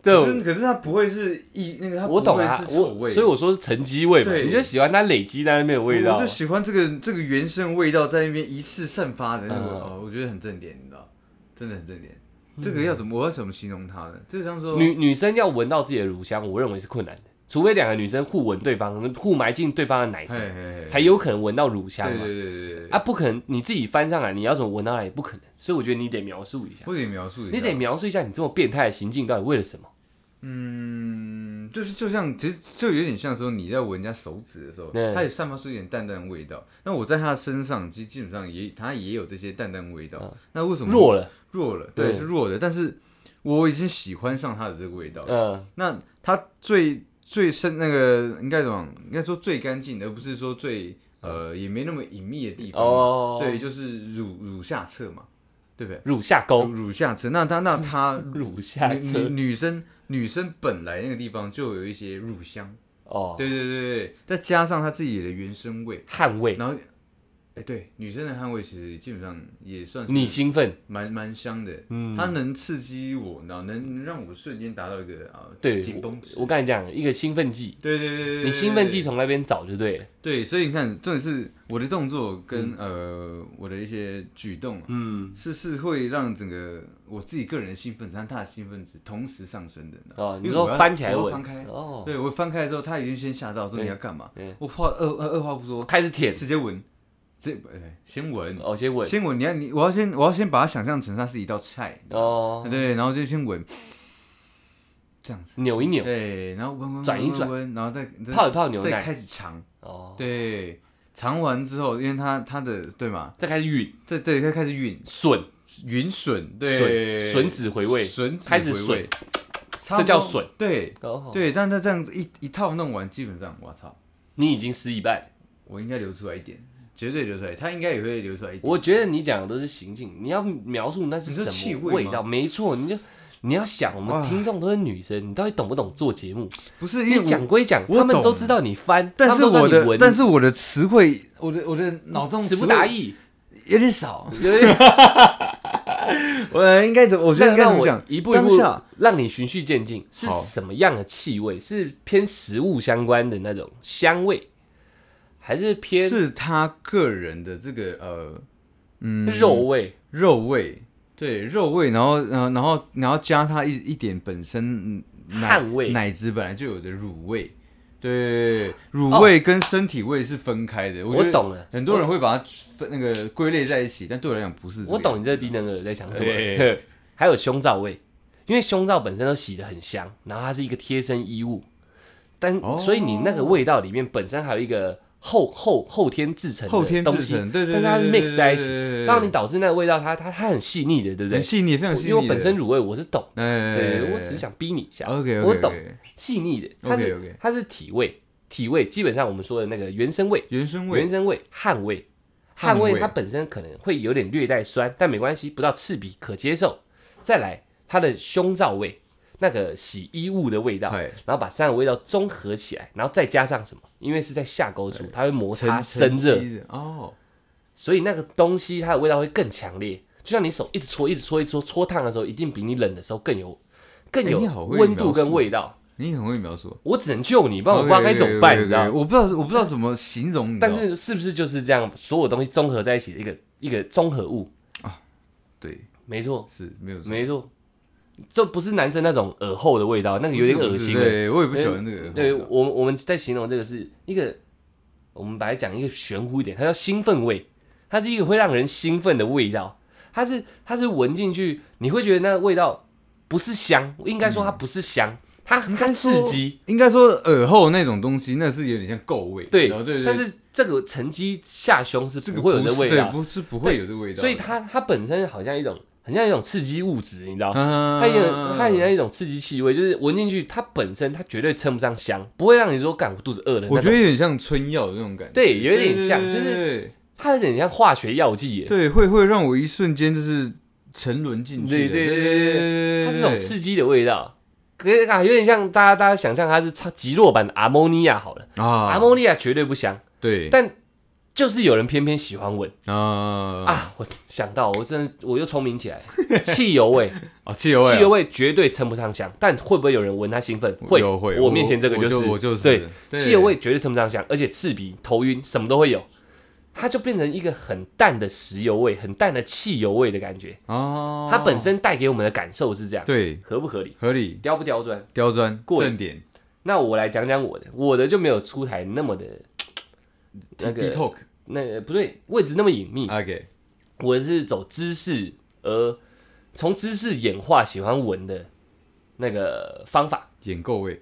[SPEAKER 2] 这
[SPEAKER 1] 可
[SPEAKER 2] 种
[SPEAKER 1] 是可是它不会是一那个，它
[SPEAKER 2] 我懂
[SPEAKER 1] 了
[SPEAKER 2] 啊，，
[SPEAKER 1] 是臭
[SPEAKER 2] 我
[SPEAKER 1] 味。
[SPEAKER 2] 所以我说是沉积味嘛，
[SPEAKER 1] 对
[SPEAKER 2] 你就喜欢它累积在那边的味
[SPEAKER 1] 我
[SPEAKER 2] 道
[SPEAKER 1] 就。喜欢这个这个原生味道在那边一次散发的那种，
[SPEAKER 2] 嗯
[SPEAKER 1] 哦，我觉得很正点，你知道，真的很正点。这个要怎么我要怎么形容它呢？就像说，
[SPEAKER 2] 女女生要闻到自己的乳香，我认为是困难的，除非两个女生互闻对方，互埋进对方的奶
[SPEAKER 1] 嘿
[SPEAKER 2] 子，
[SPEAKER 1] 嘿嘿，
[SPEAKER 2] 才有可能闻到乳香
[SPEAKER 1] 对
[SPEAKER 2] 嘛。
[SPEAKER 1] 对对对对，
[SPEAKER 2] 啊，不可能，你自己翻上来，你要怎么闻到来也不可能，所以我觉得你得描述一下，
[SPEAKER 1] 或者描述一下，
[SPEAKER 2] 你得描述一下你这么变态的行径到底为了什么？
[SPEAKER 1] 嗯，就是就像，其实就有点像说你在闻人家手指的时候，
[SPEAKER 2] 对
[SPEAKER 1] 它也散发出一点淡淡的味道。那我在它的身上，其实基本上也它也有这些淡淡味道。那为什么
[SPEAKER 2] 啊弱了，
[SPEAKER 1] 弱了？对，
[SPEAKER 2] 对
[SPEAKER 1] 是弱的。但是我已经喜欢上它的这个味道。
[SPEAKER 2] 嗯，
[SPEAKER 1] 那它最最深那个应该怎么讲？应该说最干净，而不是说最呃也没那么隐秘的地方。
[SPEAKER 2] 嗯哦，
[SPEAKER 1] 对，，就是乳乳下侧嘛，对不对？
[SPEAKER 2] 乳下沟，
[SPEAKER 1] 乳乳下侧，那它那它
[SPEAKER 2] 乳下
[SPEAKER 1] 女女
[SPEAKER 2] 车，
[SPEAKER 1] 女生女生本来那个地方就有一些乳香，
[SPEAKER 2] 哦，
[SPEAKER 1] 对对对对，再加上她自己的原生味，
[SPEAKER 2] 汗味，
[SPEAKER 1] 然后哎、对，女生的汗味其实基本上也算是
[SPEAKER 2] 你兴奋，
[SPEAKER 1] 蛮蛮香的，嗯，它能刺激我，你知道，能能让我瞬间达到一个啊，
[SPEAKER 2] 对
[SPEAKER 1] 紧绷
[SPEAKER 2] 我
[SPEAKER 1] 值。
[SPEAKER 2] 我跟你讲，一个兴奋剂，
[SPEAKER 1] 对对对对对对，
[SPEAKER 2] 你兴奋剂从那边找就对了。
[SPEAKER 1] 对，所以你看，重点是我的动作跟、呃我的一些举动、啊，
[SPEAKER 2] 嗯，
[SPEAKER 1] 是是会让整个我自己个人的兴奋值和他的兴奋值同时上升的。知道
[SPEAKER 2] 哦，
[SPEAKER 1] 因
[SPEAKER 2] 你
[SPEAKER 1] 为
[SPEAKER 2] 说
[SPEAKER 1] 我要
[SPEAKER 2] 翻起来
[SPEAKER 1] 我要
[SPEAKER 2] 闻，
[SPEAKER 1] 翻开，
[SPEAKER 2] 哦，
[SPEAKER 1] 对我翻开的时候，他已经先吓到，说你要干嘛
[SPEAKER 2] 对？
[SPEAKER 1] 我话二二二话不说，
[SPEAKER 2] 开始舔，
[SPEAKER 1] 直接闻，直接哎先闻，
[SPEAKER 2] 哦，先闻，
[SPEAKER 1] 先闻。你要你我要先我要先把它想象成它是一道菜，
[SPEAKER 2] 哦，
[SPEAKER 1] 对，然后就先闻，这样子，
[SPEAKER 2] 扭一扭，
[SPEAKER 1] 对，然后闻闻
[SPEAKER 2] 转一
[SPEAKER 1] 闻
[SPEAKER 2] 转
[SPEAKER 1] 闻，然后再再
[SPEAKER 2] 泡一泡牛
[SPEAKER 1] 再
[SPEAKER 2] 奶，
[SPEAKER 1] 开始尝。
[SPEAKER 2] 哦，
[SPEAKER 1] 对，尝完之后，因为它它的对嘛，
[SPEAKER 2] 再开始吮
[SPEAKER 1] 这这里它开始吮
[SPEAKER 2] 吮
[SPEAKER 1] 吮吮，对，
[SPEAKER 2] 吮吮指回味，
[SPEAKER 1] 吮指
[SPEAKER 2] 开始
[SPEAKER 1] 回味，差
[SPEAKER 2] 这
[SPEAKER 1] 不
[SPEAKER 2] 叫
[SPEAKER 1] 多
[SPEAKER 2] 吮，
[SPEAKER 1] 对
[SPEAKER 2] 哦，
[SPEAKER 1] 对，但它这样子一一套弄完，基本上我操，
[SPEAKER 2] 你已经湿一半。
[SPEAKER 1] 我应该流出来一点，绝对流出来，它应该也会流出来一点。
[SPEAKER 2] 我觉得你讲的都是行径，你要描述那是
[SPEAKER 1] 你说气
[SPEAKER 2] 什么
[SPEAKER 1] 味
[SPEAKER 2] 味
[SPEAKER 1] 吗
[SPEAKER 2] 道？没错，你就你要想，我们
[SPEAKER 1] 哇
[SPEAKER 2] 听众都是女生，你到底懂不懂做节目？
[SPEAKER 1] 不是因为
[SPEAKER 2] 你
[SPEAKER 1] 哎我，
[SPEAKER 2] 讲归讲，
[SPEAKER 1] 我
[SPEAKER 2] 他们
[SPEAKER 1] 懂
[SPEAKER 2] 都知道你翻，
[SPEAKER 1] 但
[SPEAKER 2] 他们
[SPEAKER 1] 是
[SPEAKER 2] 都知道
[SPEAKER 1] 我
[SPEAKER 2] 你
[SPEAKER 1] 的
[SPEAKER 2] 闻
[SPEAKER 1] 但是我的词汇，我的我的脑中
[SPEAKER 2] 词不
[SPEAKER 1] 汇
[SPEAKER 2] 达意。
[SPEAKER 1] 有点少，
[SPEAKER 2] 对不对
[SPEAKER 1] 我应该怎 *laughs* 么？我
[SPEAKER 2] *laughs*
[SPEAKER 1] 觉得
[SPEAKER 2] 那
[SPEAKER 1] 应该
[SPEAKER 2] 让
[SPEAKER 1] 怎么
[SPEAKER 2] 我
[SPEAKER 1] 讲？
[SPEAKER 2] 一步一
[SPEAKER 1] 当
[SPEAKER 2] 步
[SPEAKER 1] 下
[SPEAKER 2] 让你循序渐进，是
[SPEAKER 1] 好
[SPEAKER 2] 什么样的气味？是偏食物相关的那种香味，还是偏
[SPEAKER 1] 是他个人的这个呃
[SPEAKER 2] 肉味？
[SPEAKER 1] 肉味，对肉味，然后呃然后然后然后加它一一点本身嗯奶
[SPEAKER 2] 汗味
[SPEAKER 1] 奶汁本来就有的乳味，对乳味跟身体味是分开的。哦我
[SPEAKER 2] 我
[SPEAKER 1] 觉得
[SPEAKER 2] 懂了
[SPEAKER 1] 很多人会把它分那个归类在一起，但对我来讲不是。
[SPEAKER 2] 我懂，你这个低能儿在想什么
[SPEAKER 1] 对
[SPEAKER 2] 了。 *laughs* 还有胸罩味，因为胸罩本身都洗得很香，然后它是一个贴身衣物，但、
[SPEAKER 1] 哦
[SPEAKER 2] 所以你那个味道里面本身还有一个后后后天制成的
[SPEAKER 1] 后天
[SPEAKER 2] 东
[SPEAKER 1] 制
[SPEAKER 2] 西，
[SPEAKER 1] 成，对对对，
[SPEAKER 2] 但是它是
[SPEAKER 1] 对
[SPEAKER 2] mix 在一起，
[SPEAKER 1] 对对对对
[SPEAKER 2] 让你导致那个味道它它它很细腻的，对不对
[SPEAKER 1] 很？细腻，非常
[SPEAKER 2] 我
[SPEAKER 1] 细腻
[SPEAKER 2] 因
[SPEAKER 1] 的。
[SPEAKER 2] 为我本身乳味我是懂，
[SPEAKER 1] 哎，
[SPEAKER 2] 对我只是想逼你一下。
[SPEAKER 1] OK，
[SPEAKER 2] 我懂细腻的，它是
[SPEAKER 1] OK，OK
[SPEAKER 2] 它是体味，体味基本上我们说的那个原生味，
[SPEAKER 1] 原生味
[SPEAKER 2] 原生味、汗味，
[SPEAKER 1] 汗
[SPEAKER 2] 汗
[SPEAKER 1] 味
[SPEAKER 2] 味它本身可能会有点略带酸，但没关系，不到刺鼻，可接受。再来，它的胸罩味，那个洗衣物的味道，
[SPEAKER 1] 嗨
[SPEAKER 2] 然后把三个味道综合起来，然后再加上什么？因为是在下沟处，它会摩擦生
[SPEAKER 1] 沉
[SPEAKER 2] 热，
[SPEAKER 1] 积的哦，
[SPEAKER 2] 所以那个东西它的味道会更强烈。就像你手一直搓，一直搓，一直搓，搓烫的时候，一定比你冷的时候更有更
[SPEAKER 1] 哎
[SPEAKER 2] 有
[SPEAKER 1] 你好会
[SPEAKER 2] 温度
[SPEAKER 1] 描
[SPEAKER 2] 跟
[SPEAKER 1] 述
[SPEAKER 2] 味道。
[SPEAKER 1] 你很会描述。
[SPEAKER 2] 我只能救你，不然我不知道该怎么办，你知道吗？
[SPEAKER 1] 我不知道，我不知道怎么形容。你知道
[SPEAKER 2] 但
[SPEAKER 1] 吗
[SPEAKER 2] 是是不是就是这样，所有东西综合在一起的一个一个综合物？
[SPEAKER 1] 对，
[SPEAKER 2] 没错，
[SPEAKER 1] 是没有错
[SPEAKER 2] 没错，这不是男生那种耳后的味道，那个有点恶心
[SPEAKER 1] 不是
[SPEAKER 2] 的。
[SPEAKER 1] 对，我也不喜欢这个。
[SPEAKER 2] 对我们我们在形容这个是一个，我们把它讲一个玄乎一点，它叫兴奋味，它是一个会让人兴奋的味道，它是它是闻进去你会觉得那个味道不是香，应该说它不是香，它它刺激。
[SPEAKER 1] 应该嗯说耳后那种东西，那是有点像垢味。
[SPEAKER 2] 对，
[SPEAKER 1] 然后哦对，对
[SPEAKER 2] 但是这个沉积下胸是
[SPEAKER 1] 这个
[SPEAKER 2] 不会有
[SPEAKER 1] 不
[SPEAKER 2] 这
[SPEAKER 1] 是
[SPEAKER 2] 味
[SPEAKER 1] 对
[SPEAKER 2] 道，
[SPEAKER 1] 不是不会有这个味道的。
[SPEAKER 2] 所以它它本身好像一种很像一种刺激物质，你知道，
[SPEAKER 1] 啊，
[SPEAKER 2] 它也它也像一种刺激气味，就是闻进去，它本身它绝对称不上香，不会让你说感我肚子饿的
[SPEAKER 1] 我
[SPEAKER 2] 那
[SPEAKER 1] 觉
[SPEAKER 2] 种。
[SPEAKER 1] 得有点像春药的那种感觉。
[SPEAKER 2] 对，有点像，
[SPEAKER 1] 对
[SPEAKER 2] 就
[SPEAKER 1] 对
[SPEAKER 2] 是
[SPEAKER 1] 对
[SPEAKER 2] 它有点像化学药剂耶，
[SPEAKER 1] 对，会会让我一瞬间就是沉沦进去的。
[SPEAKER 2] 对对对
[SPEAKER 1] 对
[SPEAKER 2] 对
[SPEAKER 1] 对
[SPEAKER 2] 它是种刺激的味道。可是啊，有点像大家大家想象它是超极弱版的阿莫尼亚好了，阿
[SPEAKER 1] 啊，
[SPEAKER 2] 莫尼亚绝对不香，
[SPEAKER 1] 对
[SPEAKER 2] 但就是有人偏偏喜欢闻
[SPEAKER 1] 啊
[SPEAKER 2] 啊！我想到，我真的我又聪明起来，汽油味，
[SPEAKER 1] 啊，汽油味
[SPEAKER 2] 汽
[SPEAKER 1] 啊
[SPEAKER 2] 油味绝对称不上香，但会不会有人闻它兴奋？会，
[SPEAKER 1] 有会
[SPEAKER 2] 我面前这个
[SPEAKER 1] 我
[SPEAKER 2] 是，
[SPEAKER 1] 我就是
[SPEAKER 2] 对，
[SPEAKER 1] 对
[SPEAKER 2] 汽油味绝对称不上香，而且刺鼻、头晕什么都会有，它就变成一个很淡的石油味、很淡的汽油味的感觉。
[SPEAKER 1] 哦，
[SPEAKER 2] 它本身带给我们的感受是这样，
[SPEAKER 1] 对
[SPEAKER 2] 合不合理？
[SPEAKER 1] 合理
[SPEAKER 2] 刁不刁钻？
[SPEAKER 1] 刁钻
[SPEAKER 2] 过瘾
[SPEAKER 1] 正点
[SPEAKER 2] 那我来讲讲我的，我的就没有出台那么的那
[SPEAKER 1] D
[SPEAKER 2] 个嗯
[SPEAKER 1] talk
[SPEAKER 2] 那个不对位置那么隐秘，
[SPEAKER 1] OK
[SPEAKER 2] 我是走知识，而从知识演化喜欢闻的那个方法
[SPEAKER 1] 眼垢味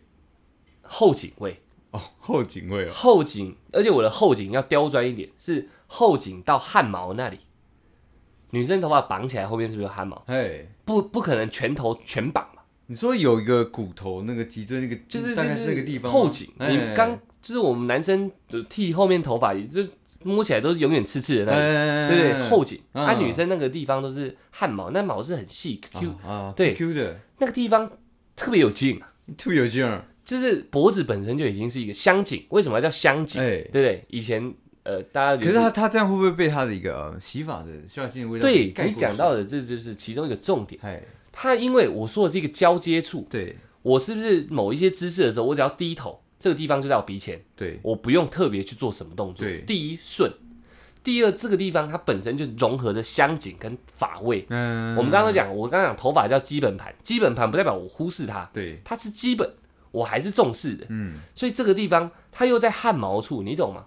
[SPEAKER 2] 后颈味。
[SPEAKER 1] 哦，后颈味哦，
[SPEAKER 2] 后颈，而且我的后颈要刁钻一点，是后颈到汗毛那里。女生头发绑起来，后面是不是有汗毛？
[SPEAKER 1] 哎，
[SPEAKER 2] 不，不可能全头全绑嘛，
[SPEAKER 1] 你说有一个骨头那个脊椎那个，
[SPEAKER 2] 就是
[SPEAKER 1] 嗯大概
[SPEAKER 2] 就是
[SPEAKER 1] 那个地方吗啊哎
[SPEAKER 2] 后颈。你刚就是我们男生就剃后面头发，也就是摸起来都是永远刺刺的那里，
[SPEAKER 1] 哎
[SPEAKER 2] 对不对？后颈，
[SPEAKER 1] 嗯
[SPEAKER 2] 啊，女生那个地方都是汗毛，那毛是很细 Q，
[SPEAKER 1] 啊啊
[SPEAKER 2] 对
[SPEAKER 1] Q 的
[SPEAKER 2] 那个地方特别有劲啊，
[SPEAKER 1] 特有劲儿，
[SPEAKER 2] 就是脖子本身就已经是一个香颈，为什么要叫香颈？
[SPEAKER 1] 哎
[SPEAKER 2] 对不对？以前呃，大家
[SPEAKER 1] 可是他他这样会不会被他的一个呃洗发的洗发精的味道
[SPEAKER 2] 对
[SPEAKER 1] 盖
[SPEAKER 2] 你
[SPEAKER 1] 过
[SPEAKER 2] 讲
[SPEAKER 1] 去
[SPEAKER 2] 到的，这就是其中一个重点。
[SPEAKER 1] 哎，
[SPEAKER 2] 他因为我说的是一个交接处，
[SPEAKER 1] 对
[SPEAKER 2] 我是不是某一些姿势的时候，我只要低头，这个地方就在我鼻前，
[SPEAKER 1] 对
[SPEAKER 2] 我不用特别去做什么动作
[SPEAKER 1] 对。
[SPEAKER 2] 第一顺，第二这个地方它本身就融合着香紧跟发味。
[SPEAKER 1] 嗯，
[SPEAKER 2] 我们刚刚讲，我刚刚讲头发叫基本盘，基本盘不代表我忽视它，
[SPEAKER 1] 对
[SPEAKER 2] 它是基本，我还是重视的。
[SPEAKER 1] 嗯
[SPEAKER 2] 所以这个地方它又在汗毛处，你懂吗？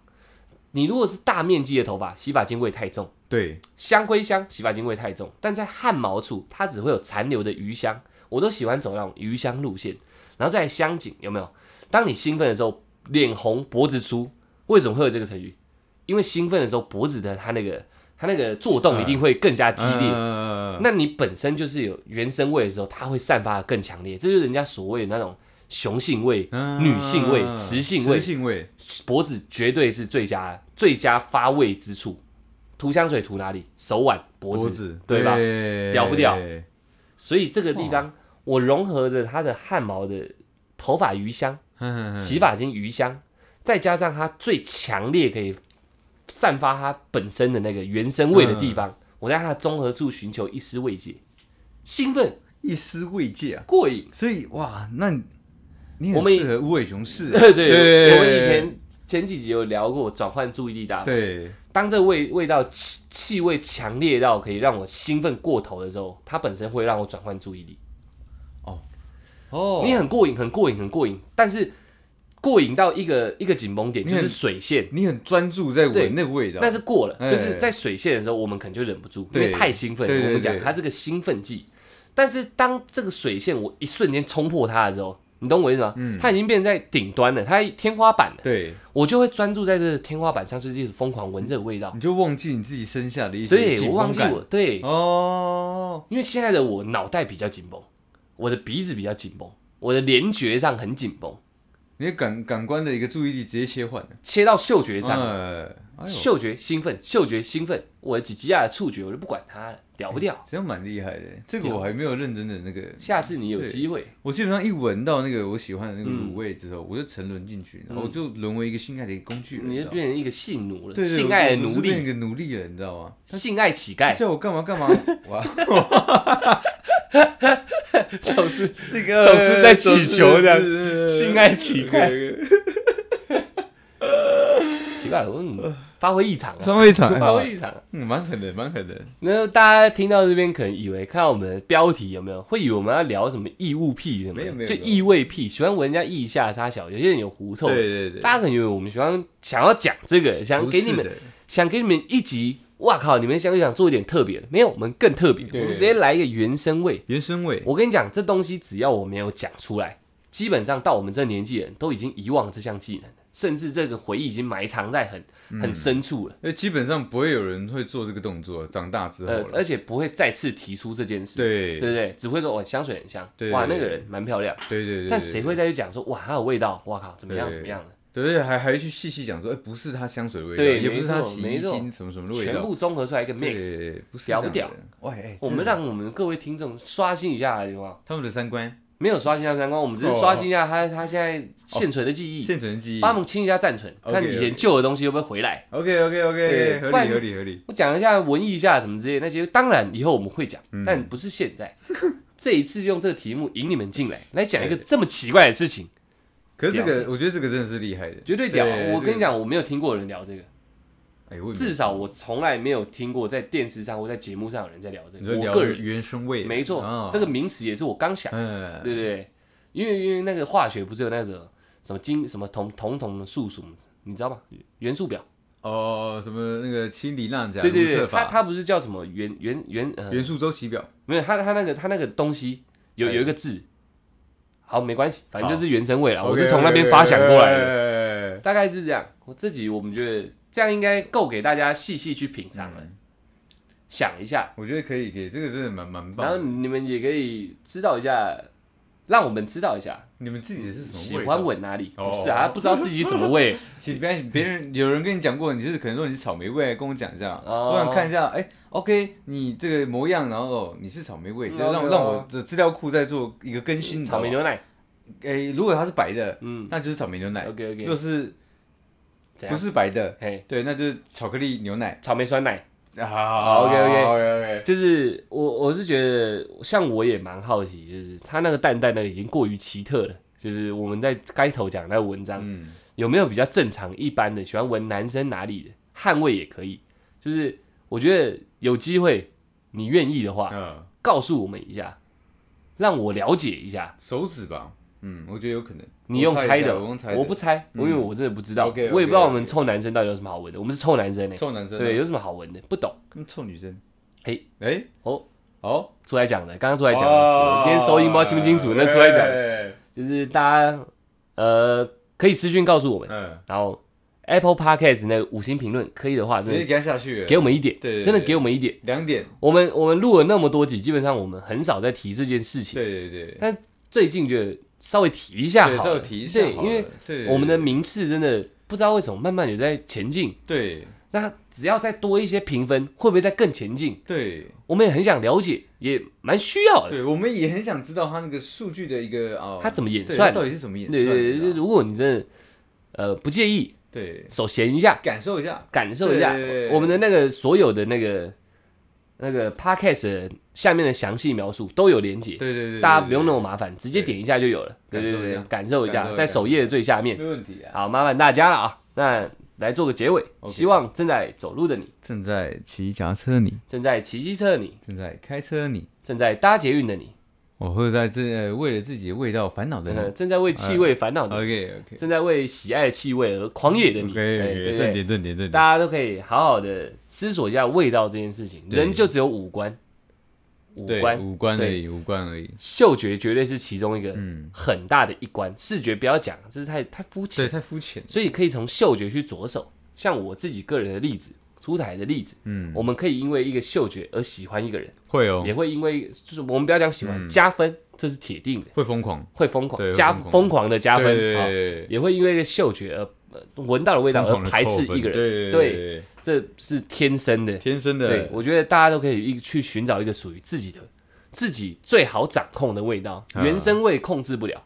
[SPEAKER 2] 你如果是大面积的头发，洗发精味太重，
[SPEAKER 1] 对
[SPEAKER 2] 香归香，洗发精味太重，但在汗毛处它只会有残留的余香，我都喜欢走那种余香路线。然后再来香紧有没有？当你兴奋的时候，脸红脖子粗，为什么会有这个成语？因为兴奋的时候脖子的它那个它那个做动一定会更加激烈。
[SPEAKER 1] 嗯
[SPEAKER 2] 那你本身就是有原生味的时候，它会散发的更强烈，这就是人家所谓的那种雄性味、
[SPEAKER 1] 嗯
[SPEAKER 2] 女性味、雌性
[SPEAKER 1] 雌，
[SPEAKER 2] 味
[SPEAKER 1] 性味，
[SPEAKER 2] 脖子绝对是最佳最佳发味之处。涂香水涂哪里？手腕、脖子，
[SPEAKER 1] 脖子
[SPEAKER 2] 对吧？屌不屌
[SPEAKER 1] 对嗯
[SPEAKER 2] 所以这个地
[SPEAKER 1] 哦
[SPEAKER 2] 方我融合着它的汗毛的头发余香、
[SPEAKER 1] 嗯嗯嗯
[SPEAKER 2] 洗发精余香，再加上它最强烈可以散发它本身的那个原生味的地
[SPEAKER 1] 嗯
[SPEAKER 2] 方，我在它的综合处寻求一丝慰藉，兴奋
[SPEAKER 1] 一丝慰藉啊！
[SPEAKER 2] 过瘾。
[SPEAKER 1] 所以哇，那你你
[SPEAKER 2] 我
[SPEAKER 1] 很
[SPEAKER 2] 们
[SPEAKER 1] 适合无尾熊市啊，
[SPEAKER 2] *laughs* 对
[SPEAKER 1] 对
[SPEAKER 2] 我们以前前几集有聊过转换注意力大法。
[SPEAKER 1] 对
[SPEAKER 2] 当这味味道气气味强烈到可以让我兴奋过头的时候，它本身会让我转换注意力。
[SPEAKER 1] 哦
[SPEAKER 2] 你很过瘾，很过瘾，很过瘾，但是过瘾到一个一个紧绷点，
[SPEAKER 1] 你
[SPEAKER 2] 就
[SPEAKER 1] 很
[SPEAKER 2] 是水线，
[SPEAKER 1] 你很专注在
[SPEAKER 2] 对
[SPEAKER 1] 闻那个味道，
[SPEAKER 2] 但是过了，
[SPEAKER 1] 哎
[SPEAKER 2] 就是在水线的时候，我们可能就忍不住，因为
[SPEAKER 1] 对
[SPEAKER 2] 太兴奋了。
[SPEAKER 1] 对对
[SPEAKER 2] 我们讲
[SPEAKER 1] 对
[SPEAKER 2] 它是个兴奋剂，但是当这个水线我一瞬间冲破它的时候，你懂我意思吗？
[SPEAKER 1] 嗯
[SPEAKER 2] 它已经变成在顶端了，它天花板了，
[SPEAKER 1] 对，
[SPEAKER 2] 我就会专注在这个天花板上，就是一直疯狂闻这个味道。
[SPEAKER 1] 你就忘记你自己身下的一些嗯
[SPEAKER 2] 对，
[SPEAKER 1] 紧
[SPEAKER 2] 我忘
[SPEAKER 1] 绷
[SPEAKER 2] 记
[SPEAKER 1] 感
[SPEAKER 2] 我对，
[SPEAKER 1] 哦，
[SPEAKER 2] 因为现在的我脑袋比较紧绷，我的鼻子比较紧绷，我的联觉上很紧绷，
[SPEAKER 1] 你的感感官的一个注意力直接切换了，
[SPEAKER 2] 切到嗅觉上，
[SPEAKER 1] 呃，哎呦，
[SPEAKER 2] 嗅觉兴奋，嗅觉兴奋，我的几吉亚的触觉我就不管它了，屌不屌？
[SPEAKER 1] 这样蛮厉害的，这个我还没有认真的那个，
[SPEAKER 2] 下次你有机会，
[SPEAKER 1] 我基本上一闻到那个我喜欢的那个
[SPEAKER 2] 嗯
[SPEAKER 1] 卤味之后，我就沉沦进去，然后我就沦为一个性爱的一个工具人，
[SPEAKER 2] 你
[SPEAKER 1] 知
[SPEAKER 2] 就
[SPEAKER 1] 道吗
[SPEAKER 2] 变成一个性奴了，
[SPEAKER 1] 对对
[SPEAKER 2] 性爱的
[SPEAKER 1] 我我
[SPEAKER 2] 奴
[SPEAKER 1] 就变成
[SPEAKER 2] 隶，哎
[SPEAKER 1] 一个奴隶了，你知道吗？
[SPEAKER 2] 性爱
[SPEAKER 1] *laughs*
[SPEAKER 2] 乞丐，
[SPEAKER 1] 叫我干嘛干
[SPEAKER 2] *laughs*
[SPEAKER 1] 嘛，哇，
[SPEAKER 2] 总是
[SPEAKER 1] 这
[SPEAKER 2] 总是在祈求这样
[SPEAKER 1] 样
[SPEAKER 2] 性爱乞丐。
[SPEAKER 1] 丐，
[SPEAKER 2] 奇怪，我嗯发挥异常啊，
[SPEAKER 1] 上位场，哎
[SPEAKER 2] 发
[SPEAKER 1] 好
[SPEAKER 2] 挥异常啊。
[SPEAKER 1] 嗯蛮狠的，蛮狠的，
[SPEAKER 2] 那大家听到这边可能以为看到我们的标题有没有，会以为我们要聊什么异物癖什么
[SPEAKER 1] 没有没
[SPEAKER 2] 的，
[SPEAKER 1] 有
[SPEAKER 2] 就
[SPEAKER 1] 没有
[SPEAKER 2] 异味癖，喜欢闻人家腋下沙小，有些人有狐臭，
[SPEAKER 1] 对对对，
[SPEAKER 2] 大家可能以为我们喜欢想要讲这个，想
[SPEAKER 1] 不
[SPEAKER 2] 给你
[SPEAKER 1] 是
[SPEAKER 2] 们
[SPEAKER 1] 的
[SPEAKER 2] 想给你们一集，哇靠，你们想不想做一点特别的？没有，我们更特别，
[SPEAKER 1] 对
[SPEAKER 2] 我们直接来一个原声味。
[SPEAKER 1] 原生味，
[SPEAKER 2] 我跟你讲，这东西只要我没有讲出来，基本上到我们这年纪的人都已经遗忘这项技能了，甚至这个回忆已经埋藏在
[SPEAKER 1] 嗯
[SPEAKER 2] 很很深处了，
[SPEAKER 1] 那基本上不会有人会做这个动作，长大之后
[SPEAKER 2] 呃，而
[SPEAKER 1] 了，
[SPEAKER 2] 且不会再次提出这件事。
[SPEAKER 1] 对
[SPEAKER 2] 对
[SPEAKER 1] 对
[SPEAKER 2] 不对？只会说哇哦香水很香，
[SPEAKER 1] 对
[SPEAKER 2] 哇
[SPEAKER 1] 对
[SPEAKER 2] 那个人蛮漂亮，
[SPEAKER 1] 对对，
[SPEAKER 2] 但谁会再去讲说哇它有味道，哇靠怎么样
[SPEAKER 1] 对
[SPEAKER 2] 怎么样的，
[SPEAKER 1] 对，而且还还去细细讲说，哎，不是它香水的味道，
[SPEAKER 2] 对
[SPEAKER 1] 也不
[SPEAKER 2] 没
[SPEAKER 1] 是它
[SPEAKER 2] 错
[SPEAKER 1] 洗
[SPEAKER 2] 没
[SPEAKER 1] 衣
[SPEAKER 2] 错
[SPEAKER 1] 精什么什么的味
[SPEAKER 2] 全
[SPEAKER 1] 道，
[SPEAKER 2] 部综合出来一个 mix。
[SPEAKER 1] 对，不是
[SPEAKER 2] 屌不
[SPEAKER 1] 这样
[SPEAKER 2] 屌
[SPEAKER 1] 的？喂，哎
[SPEAKER 2] 我
[SPEAKER 1] 真的
[SPEAKER 2] 们让我们各位听众刷新一下，有吗？
[SPEAKER 1] 他们的三观、
[SPEAKER 2] 没有刷新一下三观，我们只是
[SPEAKER 1] 哦
[SPEAKER 2] 刷新一下他他现在现存的记忆，
[SPEAKER 1] 现存记忆。
[SPEAKER 2] 帮他们清一下暂存，
[SPEAKER 1] OK，
[SPEAKER 2] 看以前
[SPEAKER 1] OK
[SPEAKER 2] 旧的东西会不会回来。
[SPEAKER 1] OK OK
[SPEAKER 2] 对
[SPEAKER 1] OK，合
[SPEAKER 2] 不然
[SPEAKER 1] 理合理合理。
[SPEAKER 2] 我讲一下文艺一下什么之类的那些，当然以后我们会讲，
[SPEAKER 1] 嗯
[SPEAKER 2] 但不是现在。 *laughs* 这一次用这个题目引你们进来，来讲一个这么奇怪的
[SPEAKER 1] *laughs*
[SPEAKER 2] 事情，
[SPEAKER 1] 可是这
[SPEAKER 2] 屌
[SPEAKER 1] 个，我觉得这个真的是厉害的，
[SPEAKER 2] 绝对屌啊！我
[SPEAKER 1] 这
[SPEAKER 2] 跟你
[SPEAKER 1] 个，
[SPEAKER 2] 讲，我没有听过有人聊这个。
[SPEAKER 1] 哎，我也没
[SPEAKER 2] 至少我从来没有听过在电视上或在节目上有人在聊这
[SPEAKER 1] 你
[SPEAKER 2] 个。
[SPEAKER 1] 说
[SPEAKER 2] 我
[SPEAKER 1] 聊
[SPEAKER 2] 个人
[SPEAKER 1] 原生味，
[SPEAKER 2] 没错
[SPEAKER 1] 啊，
[SPEAKER 2] 这个名词也是我刚想，
[SPEAKER 1] 嗯，
[SPEAKER 2] 对不对？因为因为那个化学不是有那个什么金什么铜铜铜的素什么，你知道吗？元素表，
[SPEAKER 1] 哦，什么那个氢离浪甲
[SPEAKER 2] 对对
[SPEAKER 1] 入
[SPEAKER 2] 对，
[SPEAKER 1] 射
[SPEAKER 2] 它
[SPEAKER 1] 法、
[SPEAKER 2] 它不是叫什么元元元呃，
[SPEAKER 1] 元素周期表，
[SPEAKER 2] 没有它它那个它那个东西有
[SPEAKER 1] 哎
[SPEAKER 2] 有一个字，好没关系，反正
[SPEAKER 1] 好
[SPEAKER 2] 就是原生味啦，我
[SPEAKER 1] OK，哎
[SPEAKER 2] 是从那边
[SPEAKER 1] OK，
[SPEAKER 2] 发想过来的，
[SPEAKER 1] 的。
[SPEAKER 2] 大概是这样。我自己我们觉得这样应该够给大家细细去品尝了，
[SPEAKER 1] 嗯
[SPEAKER 2] 想一下。
[SPEAKER 1] 我觉得可以，可以，这个真的蛮蛮棒
[SPEAKER 2] 然后
[SPEAKER 1] 的。
[SPEAKER 2] 你们也可以知道一下，让我们知道一下
[SPEAKER 1] 你们自己是什么
[SPEAKER 2] 喜
[SPEAKER 1] 味
[SPEAKER 2] 欢
[SPEAKER 1] 道？
[SPEAKER 2] 闻哪里。
[SPEAKER 1] 哦
[SPEAKER 2] 不是啊，他不知道自己什
[SPEAKER 1] *laughs*
[SPEAKER 2] 么味，
[SPEAKER 1] 喜欢别人有人跟你讲过，你是可能说你是草莓味，跟我讲一下，
[SPEAKER 2] 哦
[SPEAKER 1] 我想看一下。哎，OK，你这个模样，然后哦你是草莓味，就
[SPEAKER 2] 嗯
[SPEAKER 1] 让
[SPEAKER 2] OK
[SPEAKER 1] 让我的资料库再做一个更新。
[SPEAKER 2] 草莓
[SPEAKER 1] 你知道吗
[SPEAKER 2] 牛奶。
[SPEAKER 1] 哎，如果它是白的，
[SPEAKER 2] 嗯
[SPEAKER 1] 那就是草莓牛奶；
[SPEAKER 2] ，OK
[SPEAKER 1] 如果
[SPEAKER 2] OK，
[SPEAKER 1] 是
[SPEAKER 2] 怎
[SPEAKER 1] 不
[SPEAKER 2] 样？
[SPEAKER 1] 是白的，
[SPEAKER 2] 嘿，
[SPEAKER 1] 对，那就是巧克力牛奶。啊
[SPEAKER 2] 草莓酸奶，
[SPEAKER 1] 好
[SPEAKER 2] 好，OK，OK 哦
[SPEAKER 1] OK，
[SPEAKER 2] 就是我我是觉得，像我也蛮好奇，就是它那个蛋蛋呢已经过于奇特了。就是我们在开头讲那个文章，
[SPEAKER 1] 嗯，
[SPEAKER 2] 有没有比较正常一般的喜欢闻男生哪里的汗味也可以，就是我觉得有机会你愿意的话，
[SPEAKER 1] 嗯，
[SPEAKER 2] 告诉我们一下，让我了解一下。
[SPEAKER 1] 手指吧，嗯，我觉得有可能。
[SPEAKER 2] 你用
[SPEAKER 1] 我
[SPEAKER 2] 猜
[SPEAKER 1] 一下
[SPEAKER 2] 的，
[SPEAKER 1] 我用猜的，
[SPEAKER 2] 我不猜，
[SPEAKER 1] 嗯
[SPEAKER 2] 因为我真的不知道，我也
[SPEAKER 1] OK，OK，
[SPEAKER 2] 不知道我们
[SPEAKER 1] OK
[SPEAKER 2] 臭男生到底有什么好闻的，我们是臭男生呢，
[SPEAKER 1] 臭男生啊，
[SPEAKER 2] 对，有什么好闻的？不懂，
[SPEAKER 1] 嗯臭女生。
[SPEAKER 2] 哎
[SPEAKER 1] 哎，
[SPEAKER 2] 哦
[SPEAKER 1] 哦，
[SPEAKER 2] 出来讲的，刚刚出来讲的，今天收音不知道清不清楚，那出来
[SPEAKER 1] 哎
[SPEAKER 2] 讲的，
[SPEAKER 1] 讲，
[SPEAKER 2] 就是大家呃可以私讯告诉我们，
[SPEAKER 1] 嗯，
[SPEAKER 2] 然后 Apple Podcast 那个五星评论可以的话，
[SPEAKER 1] 直
[SPEAKER 2] 真
[SPEAKER 1] 接
[SPEAKER 2] 的
[SPEAKER 1] 给他下去了，
[SPEAKER 2] 给我们一点，
[SPEAKER 1] 对对对
[SPEAKER 2] 真的给我们一点。
[SPEAKER 1] 两点，
[SPEAKER 2] 我们我们录了那么多集，基本上我们很少在提这件事情，
[SPEAKER 1] 对对对，
[SPEAKER 2] 最近觉得稍微提一下
[SPEAKER 1] 对，
[SPEAKER 2] 好
[SPEAKER 1] 稍
[SPEAKER 2] 了，
[SPEAKER 1] 微提一下
[SPEAKER 2] 对
[SPEAKER 1] 好了，
[SPEAKER 2] 因为
[SPEAKER 1] 对
[SPEAKER 2] 我们的名次真的不知道为什么慢慢有在前进。
[SPEAKER 1] 对
[SPEAKER 2] 那只要再多一些评分，会不会再更前进？
[SPEAKER 1] 对
[SPEAKER 2] 我们也很想了解，也蛮需要的。
[SPEAKER 1] 对，我们也很想知道他那个数据的一个哦，
[SPEAKER 2] 他怎么演
[SPEAKER 1] 对
[SPEAKER 2] 算
[SPEAKER 1] 它到底是怎么演
[SPEAKER 2] 对
[SPEAKER 1] 算
[SPEAKER 2] 对对，
[SPEAKER 1] 的啊？
[SPEAKER 2] 如果你真的呃不介意，
[SPEAKER 1] 对，
[SPEAKER 2] 手闲一下，
[SPEAKER 1] 感受一下，
[SPEAKER 2] 感受一下
[SPEAKER 1] 对对对对
[SPEAKER 2] 我们的那个所有的那个那个 podcast 的下面的详细描述都有连接，
[SPEAKER 1] 对对对，
[SPEAKER 2] 大家不用那
[SPEAKER 1] 弄，
[SPEAKER 2] 么麻烦，直接点一下就有了。对
[SPEAKER 1] 感
[SPEAKER 2] 对
[SPEAKER 1] 受
[SPEAKER 2] 对
[SPEAKER 1] 一下
[SPEAKER 2] 对，感受一
[SPEAKER 1] 感
[SPEAKER 2] 下，
[SPEAKER 1] 受一下
[SPEAKER 2] 在首页的最下面。
[SPEAKER 1] 没问题啊。
[SPEAKER 2] 好，麻烦大家了啊！那来做个结尾，
[SPEAKER 1] OK
[SPEAKER 2] 希望正在走路的你，
[SPEAKER 1] 正在骑脚踏车的你，
[SPEAKER 2] 正在骑机车的你，
[SPEAKER 1] 正在开车的你，
[SPEAKER 2] 正在搭捷运的你，
[SPEAKER 1] 我会在这呃为了自己的味道烦恼的
[SPEAKER 2] 嗯，
[SPEAKER 1] 你。
[SPEAKER 2] 正在为气味烦恼的你，
[SPEAKER 1] OK OK
[SPEAKER 2] 正在为喜爱的气味而狂野的你，
[SPEAKER 1] OK
[SPEAKER 2] 哎
[SPEAKER 1] OK，
[SPEAKER 2] 嗯对
[SPEAKER 1] 正
[SPEAKER 2] 不对？
[SPEAKER 1] 点正点正
[SPEAKER 2] 大
[SPEAKER 1] 点。
[SPEAKER 2] 家都可以好好的思索一下味道这件事情。
[SPEAKER 1] 对
[SPEAKER 2] 人就只有五官，五
[SPEAKER 1] 对
[SPEAKER 2] 官，
[SPEAKER 1] 五官而
[SPEAKER 2] 对
[SPEAKER 1] 已，五官而已。
[SPEAKER 2] 嗅觉绝对是其中一个
[SPEAKER 1] 嗯，
[SPEAKER 2] 很大的一关，视觉不要讲，这是太太肤
[SPEAKER 1] 对，
[SPEAKER 2] 浅，
[SPEAKER 1] 太肤浅了。
[SPEAKER 2] 所以可以从嗅觉去着手。像我自己个人的例子，出台的例子，
[SPEAKER 1] 嗯，
[SPEAKER 2] 我们可以因为一个嗅觉而喜欢一个人，
[SPEAKER 1] 会哦
[SPEAKER 2] 也，会因为就是我们不要讲喜欢，
[SPEAKER 1] 嗯
[SPEAKER 2] 加分这是铁定的，
[SPEAKER 1] 会疯狂。
[SPEAKER 2] 会疯狂
[SPEAKER 1] 对会
[SPEAKER 2] 加
[SPEAKER 1] 疯狂
[SPEAKER 2] 疯狂的加分
[SPEAKER 1] 对对
[SPEAKER 2] 啊。
[SPEAKER 1] 对对
[SPEAKER 2] 也会因为一个嗅觉而呃闻到了味道
[SPEAKER 1] 疯
[SPEAKER 2] 而
[SPEAKER 1] 狂地
[SPEAKER 2] 排斥
[SPEAKER 1] 扣分
[SPEAKER 2] 一个人，
[SPEAKER 1] 对
[SPEAKER 2] 对
[SPEAKER 1] 对对，
[SPEAKER 2] 这是天生的。
[SPEAKER 1] 天生
[SPEAKER 2] 对
[SPEAKER 1] 的，
[SPEAKER 2] 我觉得大家都可以一去寻找一个属于自己的、自己最好掌控的味道。
[SPEAKER 1] 啊
[SPEAKER 2] 原生味控制不了，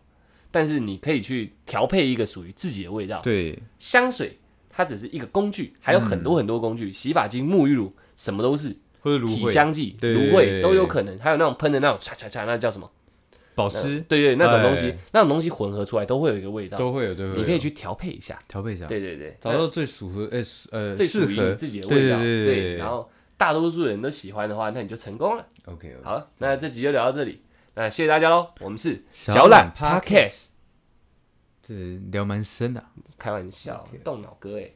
[SPEAKER 2] 但是你可以去调配一个属于自己的味道。
[SPEAKER 1] 对
[SPEAKER 2] 香水它只是一个工具，还有很多很多工具，洗发精、沐浴乳什么都是，
[SPEAKER 1] 或者嗯芦
[SPEAKER 2] 体
[SPEAKER 1] 荟、
[SPEAKER 2] 香剂、
[SPEAKER 1] 对对对
[SPEAKER 2] 芦荟
[SPEAKER 1] 对
[SPEAKER 2] 都有可能，还有那种喷的那种唰唰唰，那叫什么？
[SPEAKER 1] 保湿
[SPEAKER 2] 对对，那种东西
[SPEAKER 1] 哎，
[SPEAKER 2] 那种东西混合出来都会有一个味道，
[SPEAKER 1] 都会有，都会有。
[SPEAKER 2] 你可以去调配一下。
[SPEAKER 1] 调配一下，
[SPEAKER 2] 对对对，
[SPEAKER 1] 找到最符合，呃呃，
[SPEAKER 2] 最
[SPEAKER 1] 适
[SPEAKER 2] 属于
[SPEAKER 1] 合
[SPEAKER 2] 你自己的味道。
[SPEAKER 1] 对对对，
[SPEAKER 2] 然后大多数人都喜欢的话，那你就成功了。
[SPEAKER 1] OK，
[SPEAKER 2] 好了，那这集就聊到这里，那谢谢大家喽。我们是
[SPEAKER 1] 小
[SPEAKER 2] 懒
[SPEAKER 1] 懒
[SPEAKER 2] Podcast，
[SPEAKER 1] 这聊蛮深的啊。
[SPEAKER 2] 开玩笑，动脑哥哎。